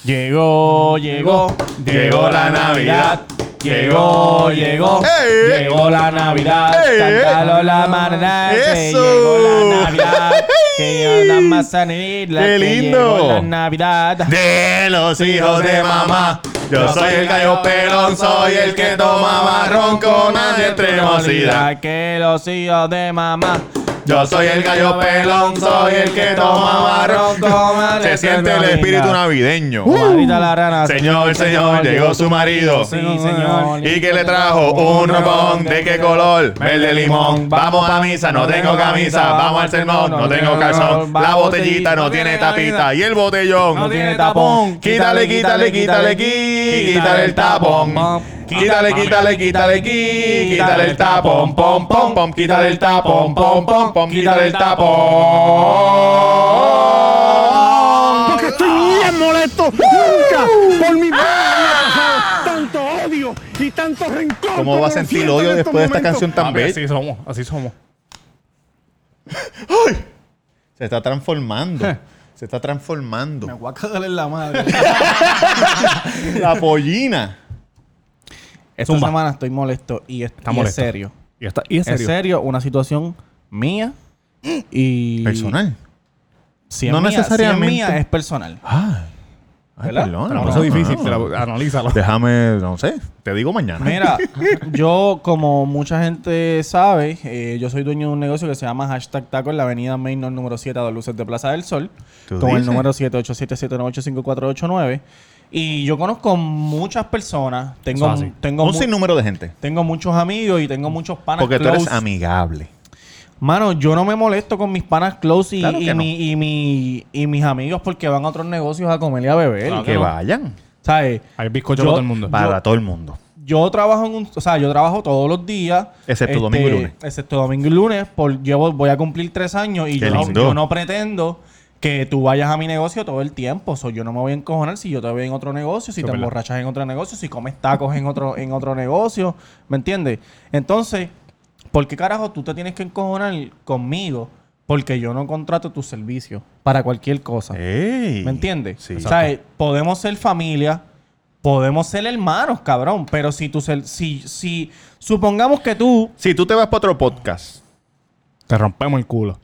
S1: Llegó, llegó,
S2: Llegó la Navidad.
S1: Llegó, llegó,
S2: ¡Eh!
S1: llegó la Navidad,
S2: ¡Eh!
S1: cántalo la manera que
S2: ¡Eso!
S1: llegó la Navidad, que ya la manzanilla,
S2: ¡Qué
S1: que
S2: lindo!
S1: llegó la Navidad.
S2: De los hijos de mamá, yo soy el gallo pelón, soy el que toma marrón con extremosidad.
S1: Que los hijos de mamá.
S2: Yo soy el gallo pelón, soy el que toma marrón con Se siente el espíritu navideño.
S1: Marita la rana.
S2: Señor, señor, llegó su marido.
S1: Sí, señor.
S2: Y que le trajo un ropón de qué color, verde limón. Vamos a misa, no tengo camisa. Vamos al sermón, no tengo calzón. La botellita no tiene tapita y el
S1: No
S2: botellón.
S1: tiene tapón.
S2: Quítale, quítale, quítale aquí, quítale el tapón. Quítale, quítale, quítale aquí, quítale el tapón, pom, pom, pom, quítale el tapón, pom, pom, pom, quítale el tapón. ¿Cómo va a sentir
S3: este
S2: odio después de esta canción tan
S3: Papi,
S2: bella?
S3: así somos, así somos.
S2: [laughs] Se está transformando. Se está transformando.
S1: voy a cagar en la
S2: [laughs]
S1: madre.
S2: La pollina.
S1: Esta semana estoy molesto y, es,
S3: Está
S1: y es
S3: molesto.
S1: serio.
S3: Y, está, y es
S1: Es
S3: serio.
S1: serio una situación mía y...
S2: Personal.
S1: Si es
S2: No
S1: mía, si es
S2: necesariamente.
S1: mía, es personal.
S2: Ay,
S1: ¿Verdad?
S2: perdón,
S3: Te la puso
S2: perdón.
S3: difícil, te
S2: Ah.
S3: la- analízalo.
S2: Déjame, no sé. Te digo mañana. [laughs]
S1: Mira, yo, como mucha gente sabe, eh, yo soy dueño de un negocio que se llama Hashtag Taco en la avenida Main North número 7 a dos luces de Plaza del Sol.
S2: ¿Tú
S1: Con el
S2: dices?
S1: número 787-798-5489. Y yo conozco muchas personas. Tengo,
S3: Eso es así.
S1: tengo,
S2: un
S1: mu-
S2: sinnúmero de gente.
S1: tengo muchos amigos y tengo muchos panas
S2: Porque tú eres
S1: close.
S2: amigable.
S1: Mano, yo no me molesto con mis panas close y,
S2: Claro que
S1: y
S2: no.
S1: mi- y mi- y mis amigos porque van a otros negocios a comer y a beber.
S3: Claro
S2: Que Pues
S3: no.
S2: vayan.
S1: ¿Sabes?
S3: Hay bizcocho
S1: Yo-
S3: para todo el mundo.
S2: Para todo el mundo.
S1: Yo trabajo en un, o sea, yo trabajo todos los días. este,
S2: Excepto domingo y lunes.
S1: Excepto domingo y lunes. Por, llevo, voy a cumplir tres años y
S2: Qué
S1: yo no,
S2: lindo.
S1: yo no pretendo que tú vayas a mi negocio todo el tiempo. So, yo no me voy a encojonar si yo te veo en otro negocio, si
S3: es
S1: te
S3: verdad.
S1: emborrachas en otro negocio, si comes tacos en otro, en otro negocio. ¿Me entiendes? Entonces, ¿por qué carajo tú te tienes que encojonar conmigo? Porque yo no contrato tus servicios para cualquier cosa.
S2: Ey.
S1: ¿Me entiendes?
S2: Sí.
S1: O sea, eh, podemos ser familia, podemos ser hermanos, cabrón. Pero si tú, ser- si, si, supongamos que tú.
S2: Si tú te vas para otro podcast.
S3: Te rompemos el culo.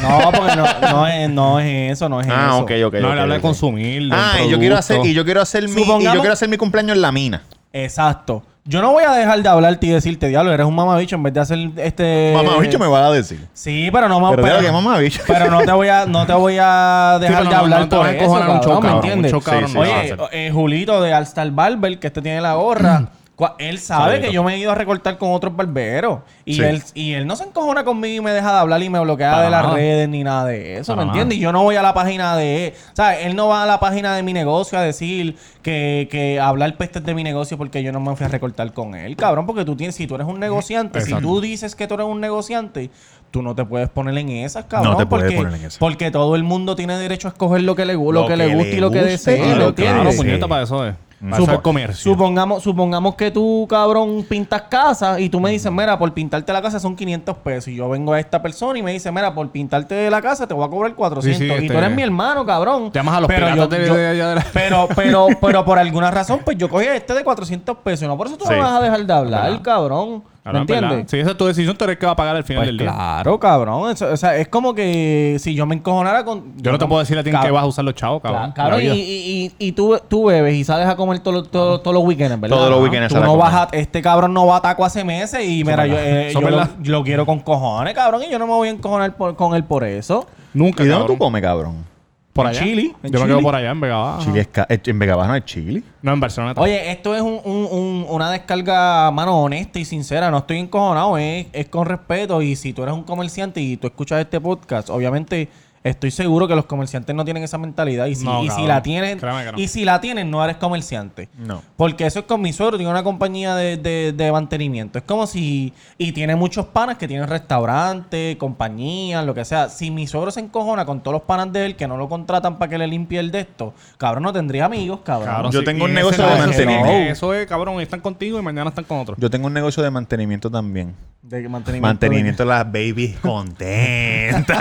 S1: No, porque no, no es, no es eso, no es
S2: Ah,
S1: eso.
S2: ok, ok.
S3: no,
S2: ok,
S3: le habla
S2: ok.
S3: de consumir. de un
S2: Ah, y yo quiero hacer,
S3: producto.
S2: y yo quiero hacer mi, y yo
S1: Supongamos-
S2: quiero hacer mi cumpleaños en la mina.
S1: Exacto. Yo no voy a dejar de hablarte y decirte, diablo, eres un mamabicho en vez de hacer este.
S2: Mamá, bicho me va a decir.
S1: Sí, pero no
S2: Pero
S1: pero,
S2: diablo, que mamabicho. [laughs]
S1: pero no te voy a, no te voy a dejar
S3: pero
S1: de
S3: no-
S1: hablar
S3: no te
S1: por
S3: vas a
S1: eso,
S3: encojonar un
S1: cabrón,
S3: show,
S1: ¿me
S3: cabrón, un
S1: entiendes?
S3: show, cabrón,
S2: Sí, sí,
S3: no vas a
S1: Oye,
S3: hacer.
S1: eh, Julito de Alstar Barber, que este tiene la
S2: [clears throat]
S1: gorra. cua- Él sabe
S3: Saludito.
S1: que yo me he ido a recortar con otros barberos. Y,
S2: Sí.
S1: él, y él no se encojona conmigo y me deja de hablar y me bloquea
S3: Para
S1: de las
S3: nada.
S1: redes ni nada de eso.
S3: Para
S1: ¿Me entiendes? Y yo no voy a la página de él. ¿Sabes? Él no va a la página de mi negocio a decir que, que hablar pestes de mi negocio porque yo no me fui a recortar con él. Cabrón, porque tú tienes, si tú eres un negociante, si
S3: Exacto.
S1: tú dices que tú eres un negociante, tú no te puedes poner en esas, cabrón.
S2: te puedes
S1: porque,
S2: poner en esas.
S1: porque todo el mundo tiene derecho a escoger lo que le gusta lo, que, le guste y lo que
S2: guste
S1: desee,
S2: y
S1: ¿lo
S2: lo que
S1: entiendes?
S3: Claro,
S2: Sí.
S3: puñeta, para eso es. Para
S1: Supo-
S3: eso es comercio.
S1: Supongamos, supongamos que tú, cabrón, pintas casa y tú me dices, mira, por pintarte la casa son 500 pesos. Y yo vengo a esta persona y me dice, mira, por pintarte la casa te voy a cobrar 400.
S3: Sí, sí,
S1: y tú
S3: este-
S1: eres mi hermano, cabrón.
S3: Llamas a los
S1: pero
S3: piratas
S1: yo-
S3: de-
S1: yo-
S3: de allá de la-
S1: [laughs]
S3: [laughs]
S1: Pero, pero, pero por alguna razón, pues yo cogí este de 400 pesos. No, por eso tú
S2: Sí.
S1: no vas a dejar de hablar,
S3: Verdad.
S1: cabrón. ¿Me
S3: Claro, es verdad.
S1: entiendes?
S3: Si esa es tu decisión, tú eres el que va a pagar al final
S1: Pues
S3: del día.
S1: claro, cabrón. Eso- o sea, es como que si yo me encojonara con...
S3: Yo no te puedo decir a ti en
S1: Cab-
S3: qué vas a usar los chavos,
S1: Claro,
S3: cabrón. La vida.
S1: y, y- y- y tú, tú bebes y sales a comer todo lo- todo- todos los weekends, ¿verdad?
S2: Todos los
S1: Ajá.
S2: weekends
S1: Tú
S2: sales a
S1: no
S2: comer.
S1: vas a, este cabrón no va a taco hace meses y mira, yo,
S3: verdad.
S1: eh,
S3: Eso
S1: yo
S3: es
S1: lo,
S3: verdad.
S1: yo lo quiero con cojones, cabrón, y yo no me voy a encojonar por- con él por eso.
S3: Nunca,
S2: ¿Y de dónde
S3: cabrón.
S2: tú comes, cabrón?
S3: Por
S1: En
S3: allá.
S1: Chile, en
S3: Yo me quedo
S1: Chile.
S3: por allá, en Vega Baja.
S2: Chile es ca- eh, en Vega Baja no es Chile.
S3: No, en Barcelona. también.
S1: Oye, esto es un- un- un- una descarga, mano, honesta y sincera. No estoy encojonado, es, es con respeto. Y si tú eres un comerciante y tú escuchas este podcast, obviamente estoy seguro que los comerciantes no tienen esa mentalidad. Y si,
S3: No,
S1: y si
S3: cabrón.
S1: la tienen,
S3: Créeme que no.
S1: y si la tienen, no eres comerciante.
S2: No.
S1: Porque eso es con mi suegro, tiene una compañía de, de- de mantenimiento. Es como si. Y tiene muchos panas que tienen restaurantes, compañías, lo que sea. Si mi suegro se encojona con todos los panas de él que no lo contratan para que le limpie el de esto, cabrón, no tendría amigos, cabrón.
S3: Cabrón,
S2: yo
S3: sí.
S2: tengo
S3: Y
S2: un
S3: en
S2: negocio
S3: ese
S2: de
S3: caso, sí,
S2: mantenimiento.
S3: Eso es, cabrón. Están contigo y mañana están con otro.
S2: Yo tengo un negocio de mantenimiento también.
S1: De mantenimiento.
S2: Mantenimiento de
S1: [laughs]
S2: las babies contentas.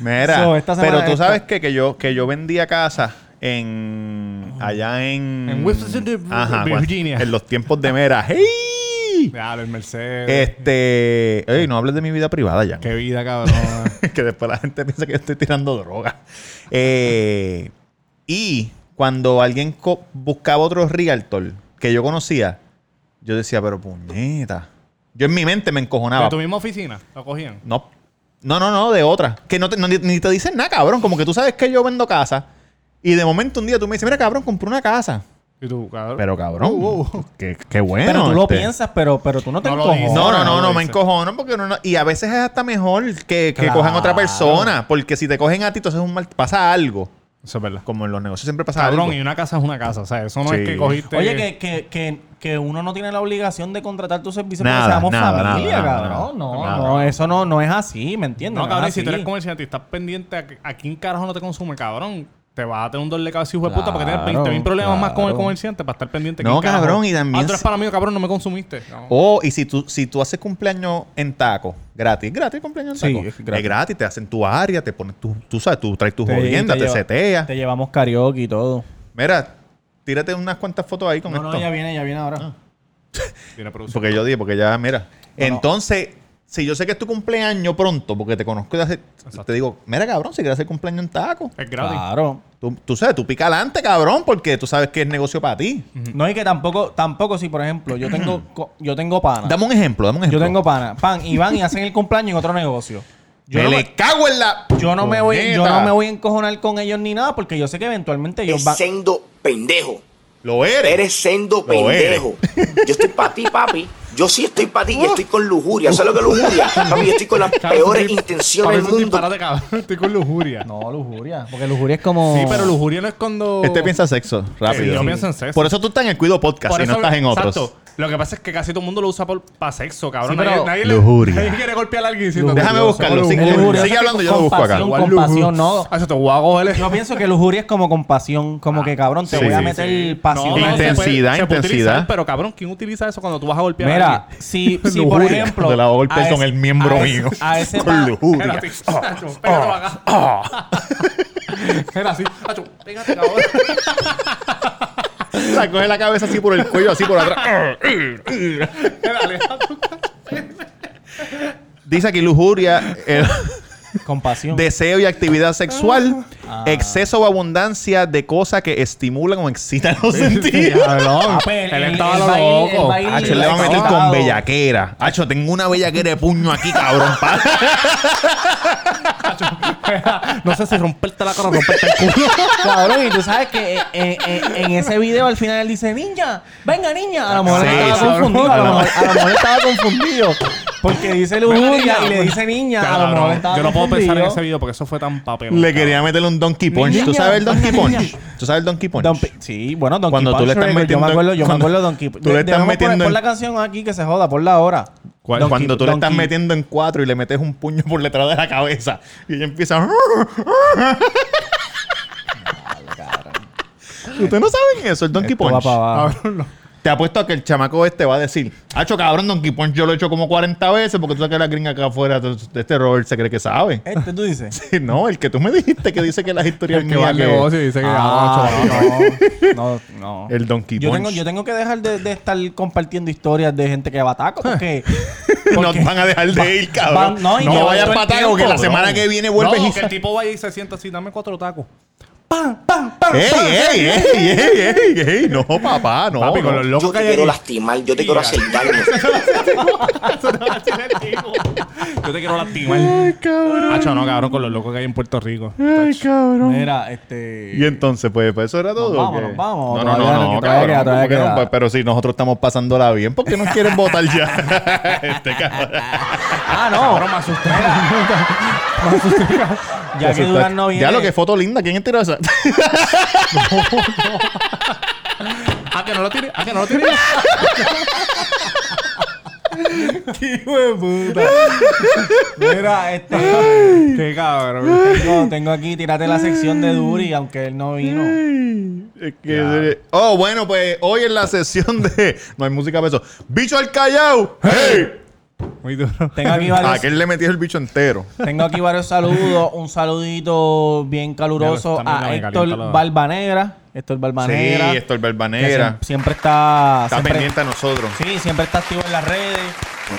S2: Mira,
S1: So, esta semana
S2: pero tú
S1: esta-
S2: sabes que, que yo que yo vendía casa en allá en
S3: En West City,
S2: Ajá, cuando-
S3: Virginia.
S2: en los tiempos de Mera.
S1: [laughs]
S2: ¡Hey!
S3: Claro, el Mercedes.
S2: Este, ey, no hables de mi vida privada ya.
S3: Qué
S2: [laughs]
S3: vida, cabrón.
S2: que después la gente piensa que yo estoy tirando droga. Eh, y cuando alguien co- buscaba otro realtor que yo conocía, yo decía, pero puñeta. Yo en mi mente me encojonaba.
S3: ¿De tu misma oficina? ¿Lo cogían?
S2: No, no, no, no, de otra. Que no te- no- ni, ni te dicen nada, cabrón. Como que tú sabes que yo vendo casa. Y de momento un día tú me dices, mira, cabrón, compré una casa.
S3: ¿Y tú, cabrón?
S2: Pero cabrón, qué, qué bueno.
S1: Uh, Pero tú lo
S2: este.
S1: piensas, pero, pero tú no te
S3: No lo
S1: encojonas.
S3: dices.
S2: No, no, no,
S3: no
S2: no,
S3: lo
S2: me
S3: hice.
S2: encojono porque no, no- y a veces es hasta mejor que, que
S1: Claro.
S2: cojan a otra persona, porque si te cogen a ti, entonces es un mal, pasa algo.
S3: Eso es verdad.
S2: Como en los negocios siempre pasa
S3: Cabrón, y
S2: algo.
S3: una casa es una casa. O sea, eso no
S2: Sí.
S3: es que cogiste...
S1: Oye, que, que, que, que uno no tiene la obligación de contratar tus servicios
S2: Nada,
S1: porque seamos
S2: nada,
S1: familia,
S2: nada, nada,
S1: cabrón.
S2: nada.
S1: no,
S2: Nada.
S1: no, eso no, no es así, ¿me
S2: [laughs]
S1: entiendes?
S2: Ah,
S3: No,
S1: es
S3: cabrón, y si
S1: así.
S3: tú eres comerciante y estás pendiente a, que- a quién carajo no te consume, cabrón, te vas a tener un dolor de cabeza, hijo de puta, porque tienes
S1: Claro,
S3: 20 mil problemas más con el
S1: claro.
S3: comerciante para estar pendiente.
S2: No,
S3: quién carajo-
S2: cabrón, y también
S3: Ah, tú eres
S2: se-
S3: para mí, cabrón, no me consumiste. No.
S2: O, y si tú, si tú haces cumpleaños en taco, gratis, gratis cumpleaños en
S1: Sí,
S2: taco.
S1: es
S2: es
S1: gratis.
S2: gratis. te hacen tu área, te pones tu, tú sabes, tú traes tus
S1: Te-
S2: jodiendas, te,
S1: lleva-
S2: seteas.
S1: Te llevamos karaoke y todo.
S2: Mira, tírate unas cuantas fotos ahí con
S1: No,
S2: esto.
S1: no, ya viene, ya viene ahora.
S3: Tiene producción.
S2: Porque yo dije, porque ya, mira. Entonces, si yo sé que es tu cumpleaños pronto, porque te conozco y hace, te digo, mira, cabrón, si quieres hacer cumpleaños en taco.
S3: Es gratis.
S1: Claro.
S2: Tú, tú sabes, tú pica adelante, cabrón, porque tú sabes que es negocio para ti.
S1: No, y que tampoco, tampoco si, por ejemplo, yo
S2: [clears throat]
S1: tengo, co- yo tengo pana.
S2: Dame un ejemplo, dame un
S1: Yo
S2: ejemplo.
S1: tengo pana. Pan, y van y hacen el cumpleaños en otro negocio. Yo
S2: me
S1: no
S2: le cago en la.
S1: Yo no me voy, yo
S2: Puñeta.
S1: no me voy a encojonar con ellos ni nada, porque yo sé que eventualmente ellos
S6: Es
S1: van.
S6: sendo pendejo.
S2: Lo eres.
S6: Eres sendo
S2: Lo eres.
S6: pendejo. Yo estoy para ti, papi. Yo sí estoy para ti y estoy con lujuria. ¿Sabes lo que es lujuria? Papi, yo estoy con las peores intenciones del mundo.
S3: Parate, cabrón. [laughs] Estoy con lujuria.
S1: No, lujuria. Porque lujuria es como.
S3: Sí, pero lujuria no es cuando...
S2: Este piensa sexo, rápido.
S3: Sí, yo pienso en sexo.
S2: Por eso tú estás en el Cuido Podcast
S3: Por
S2: y no
S3: eso-
S2: estás en otros. [laughs]
S3: Exacto. Lo que pasa es que casi todo el mundo lo usa para sexo, cabrón.
S1: Sí, pero-
S3: nadie, nadie le-
S2: Lujuria.
S3: nadie quiere golpear a alguien diciendo...
S2: Déjame buscarlo. Sigue,
S1: Lujuria.
S2: sigue hablando, yo lo busco acá.
S1: Compasión, compasión, no.
S3: Ah, yo te voy
S2: [laughs]
S3: a coger.
S1: Yo pienso que lujuria es como compasión, como que cabrón, te
S2: Ah. sí,
S1: voy a
S2: sí,
S1: meter
S3: sí.
S1: pasión.
S3: No, no, se puede-
S2: Intensidad,
S3: se puede
S2: intensidad.
S3: utilizar, pero cabrón, ¿quién utiliza eso cuando tú vas a golpear a
S1: Mira,
S2: [laughs]
S3: alguien?
S1: si, si por
S2: Lujuria.
S1: ejemplo.
S2: Te la voy a golpear
S1: a
S2: con
S1: ese-
S2: el miembro
S1: a ese-
S2: mío.
S1: A ese
S2: [laughs] Con
S1: pa-
S2: lujuria.
S3: Era así. Acho, pégalo acá. [laughs] Era así. Acho, pégate, cabrón.
S2: La coge la cabeza así por el cuello, así
S1: [laughs]
S2: por atrás.
S3: Era Alejandro.
S2: Dice aquí lujuria, eh,
S1: Compasión.
S2: [laughs] deseo y actividad sexual,
S1: Ah.
S2: exceso o abundancia de cosas que estimulan o excitan los sentidos.
S1: Ah, pues,
S3: Él estaba
S1: va a ir-
S3: loco.
S1: él va a ir
S2: Hacho, él le va a meter con
S1: excitado.
S2: bellaquera. Hacho, tengo una bellaquera de puño aquí, cabrón. pa.
S3: No sé si romperte la cara o romperte el culo.
S1: [laughs] Cabrón, y tú sabes que eh, eh, eh, en ese video al final él dice, niña, venga niña. A lo mejor
S2: Sí,
S1: estaba
S2: sí.
S1: confundido, a
S2: A
S1: lo
S2: lo-
S1: mejor, a lo mejor estaba confundido. Porque dice lujuria y le dice niña, a lo mejor estaba
S3: Yo no puedo
S1: confundido.
S3: pensar en ese video porque eso fue tan
S2: [laughs]
S3: papel.
S2: Le quería meterle un Donkey Punch. ¿Tú
S1: Niña,
S2: sabes el Donkey
S1: niña.
S2: Punch? ¿Tú sabes el Donkey Punch?
S1: Don Pi- sí, bueno, Don
S2: Cuando tú le estás
S1: Yo
S2: metiendo-
S1: me acuerdo, yo me
S2: cuando
S1: acuerdo Don Quijote.
S2: tú le estás
S1: Debemos poner-
S2: metiendo
S1: Pon
S2: en-
S1: la canción aquí que se joda, por la hora.
S3: ¿Cuál?
S1: Don
S2: Cuando
S1: Qui-
S2: tú le
S1: Don
S2: estás
S1: Qui-
S2: metiendo en cuatro y le metes un puño por detrás de la cabeza y ella empieza. a- Ustedes no saben eso, el Donkey
S1: Esto va
S2: Punch.
S1: para abajo.
S2: Te apuesto a que el chamaco este va a decir, Hacho cabrón, Donkey Punch yo lo he hecho como 40 veces porque tú sabes que la gringa acá afuera, entonces, este Robert se cree que sabe.
S1: Este tú dices.
S2: Sí, [laughs] No, el que tú me dijiste que dice que las historias
S3: que va
S2: mías
S3: al
S2: le-
S3: negocio y dice que...
S1: Ah,
S3: ah,
S1: no, [laughs] no, no.
S2: El Donkey
S1: Yo
S2: Punch.
S1: tengo,
S2: [laughs]
S1: yo tengo que dejar de, de estar compartiendo historias de gente que va a tacos [laughs] porque
S2: no van a dejar de ir, cabrón.
S1: van- no,
S2: no
S1: y llevan
S2: vayas
S1: todo el
S2: para
S1: tiempo,
S2: Taco, que la
S1: cabrón.
S2: semana que viene vuelves
S3: No,
S2: y...
S3: que el tipo vaya y se sienta así, dame cuatro tacos.
S2: ¡Ey, ey, ey, ey, ey, ey! No, papá, no.
S3: Papi, con
S2: no.
S3: los locos
S6: Yo
S3: que
S6: te
S3: hay
S6: quiero
S3: ahí.
S6: lastimar, yo te quiero hacer daño.
S3: Yo te quiero lastimar. Ay, cabrón. Hacho, no, cabrón, con los locos que hay en Puerto Rico.
S2: Ay, cabrón.
S1: mira, este
S2: Y entonces, pues, pues, eso era todo. ¿o
S1: vamos,
S2: qué?
S1: nos vamos.
S2: No, no,
S1: Todavía
S2: no,
S1: no,
S2: no,
S1: que todavía
S2: cabrón.
S1: queda,
S2: ¿cómo
S1: todavía
S2: que no?
S1: queda.
S2: Pues, Pero si nosotros estamos pasándola bien, ¿por qué nos quieren votar
S1: [laughs]
S2: ya? este cabrón.
S1: Ah, no, no me asusté. Me asusté. Ya que
S2: Eso está-
S1: Durán no viene.
S2: Ya lo que foto linda, ¿quién enteró esa?
S3: Ah, que no lo tiene. Ah, que no lo [laughs] tiene.
S1: Mira, este
S3: Qué cabrón.
S1: tengo, tengo aquí tírate la sección de Duri aunque él no vino.
S2: Es que- oh, bueno, pues hoy en la sesión de. No hay música para eso. ¡Bicho al callao! ¡Hey!
S3: Muy duro.
S1: Tengo aquí
S2: A
S1: varios
S2: aquel le metió el bicho entero.
S1: Tengo aquí varios saludos. Un saludito bien caluroso
S3: Mira, está
S1: a
S3: muy caliente
S1: Héctor
S3: la-
S1: Barbanegra. Héctor Barbanegra.
S2: Sí, Héctor
S1: que
S2: Barbanera.
S1: siem- Siempre está.
S2: Está
S1: siempre-
S2: pendiente a nosotros.
S1: Sí, siempre está activo en las redes.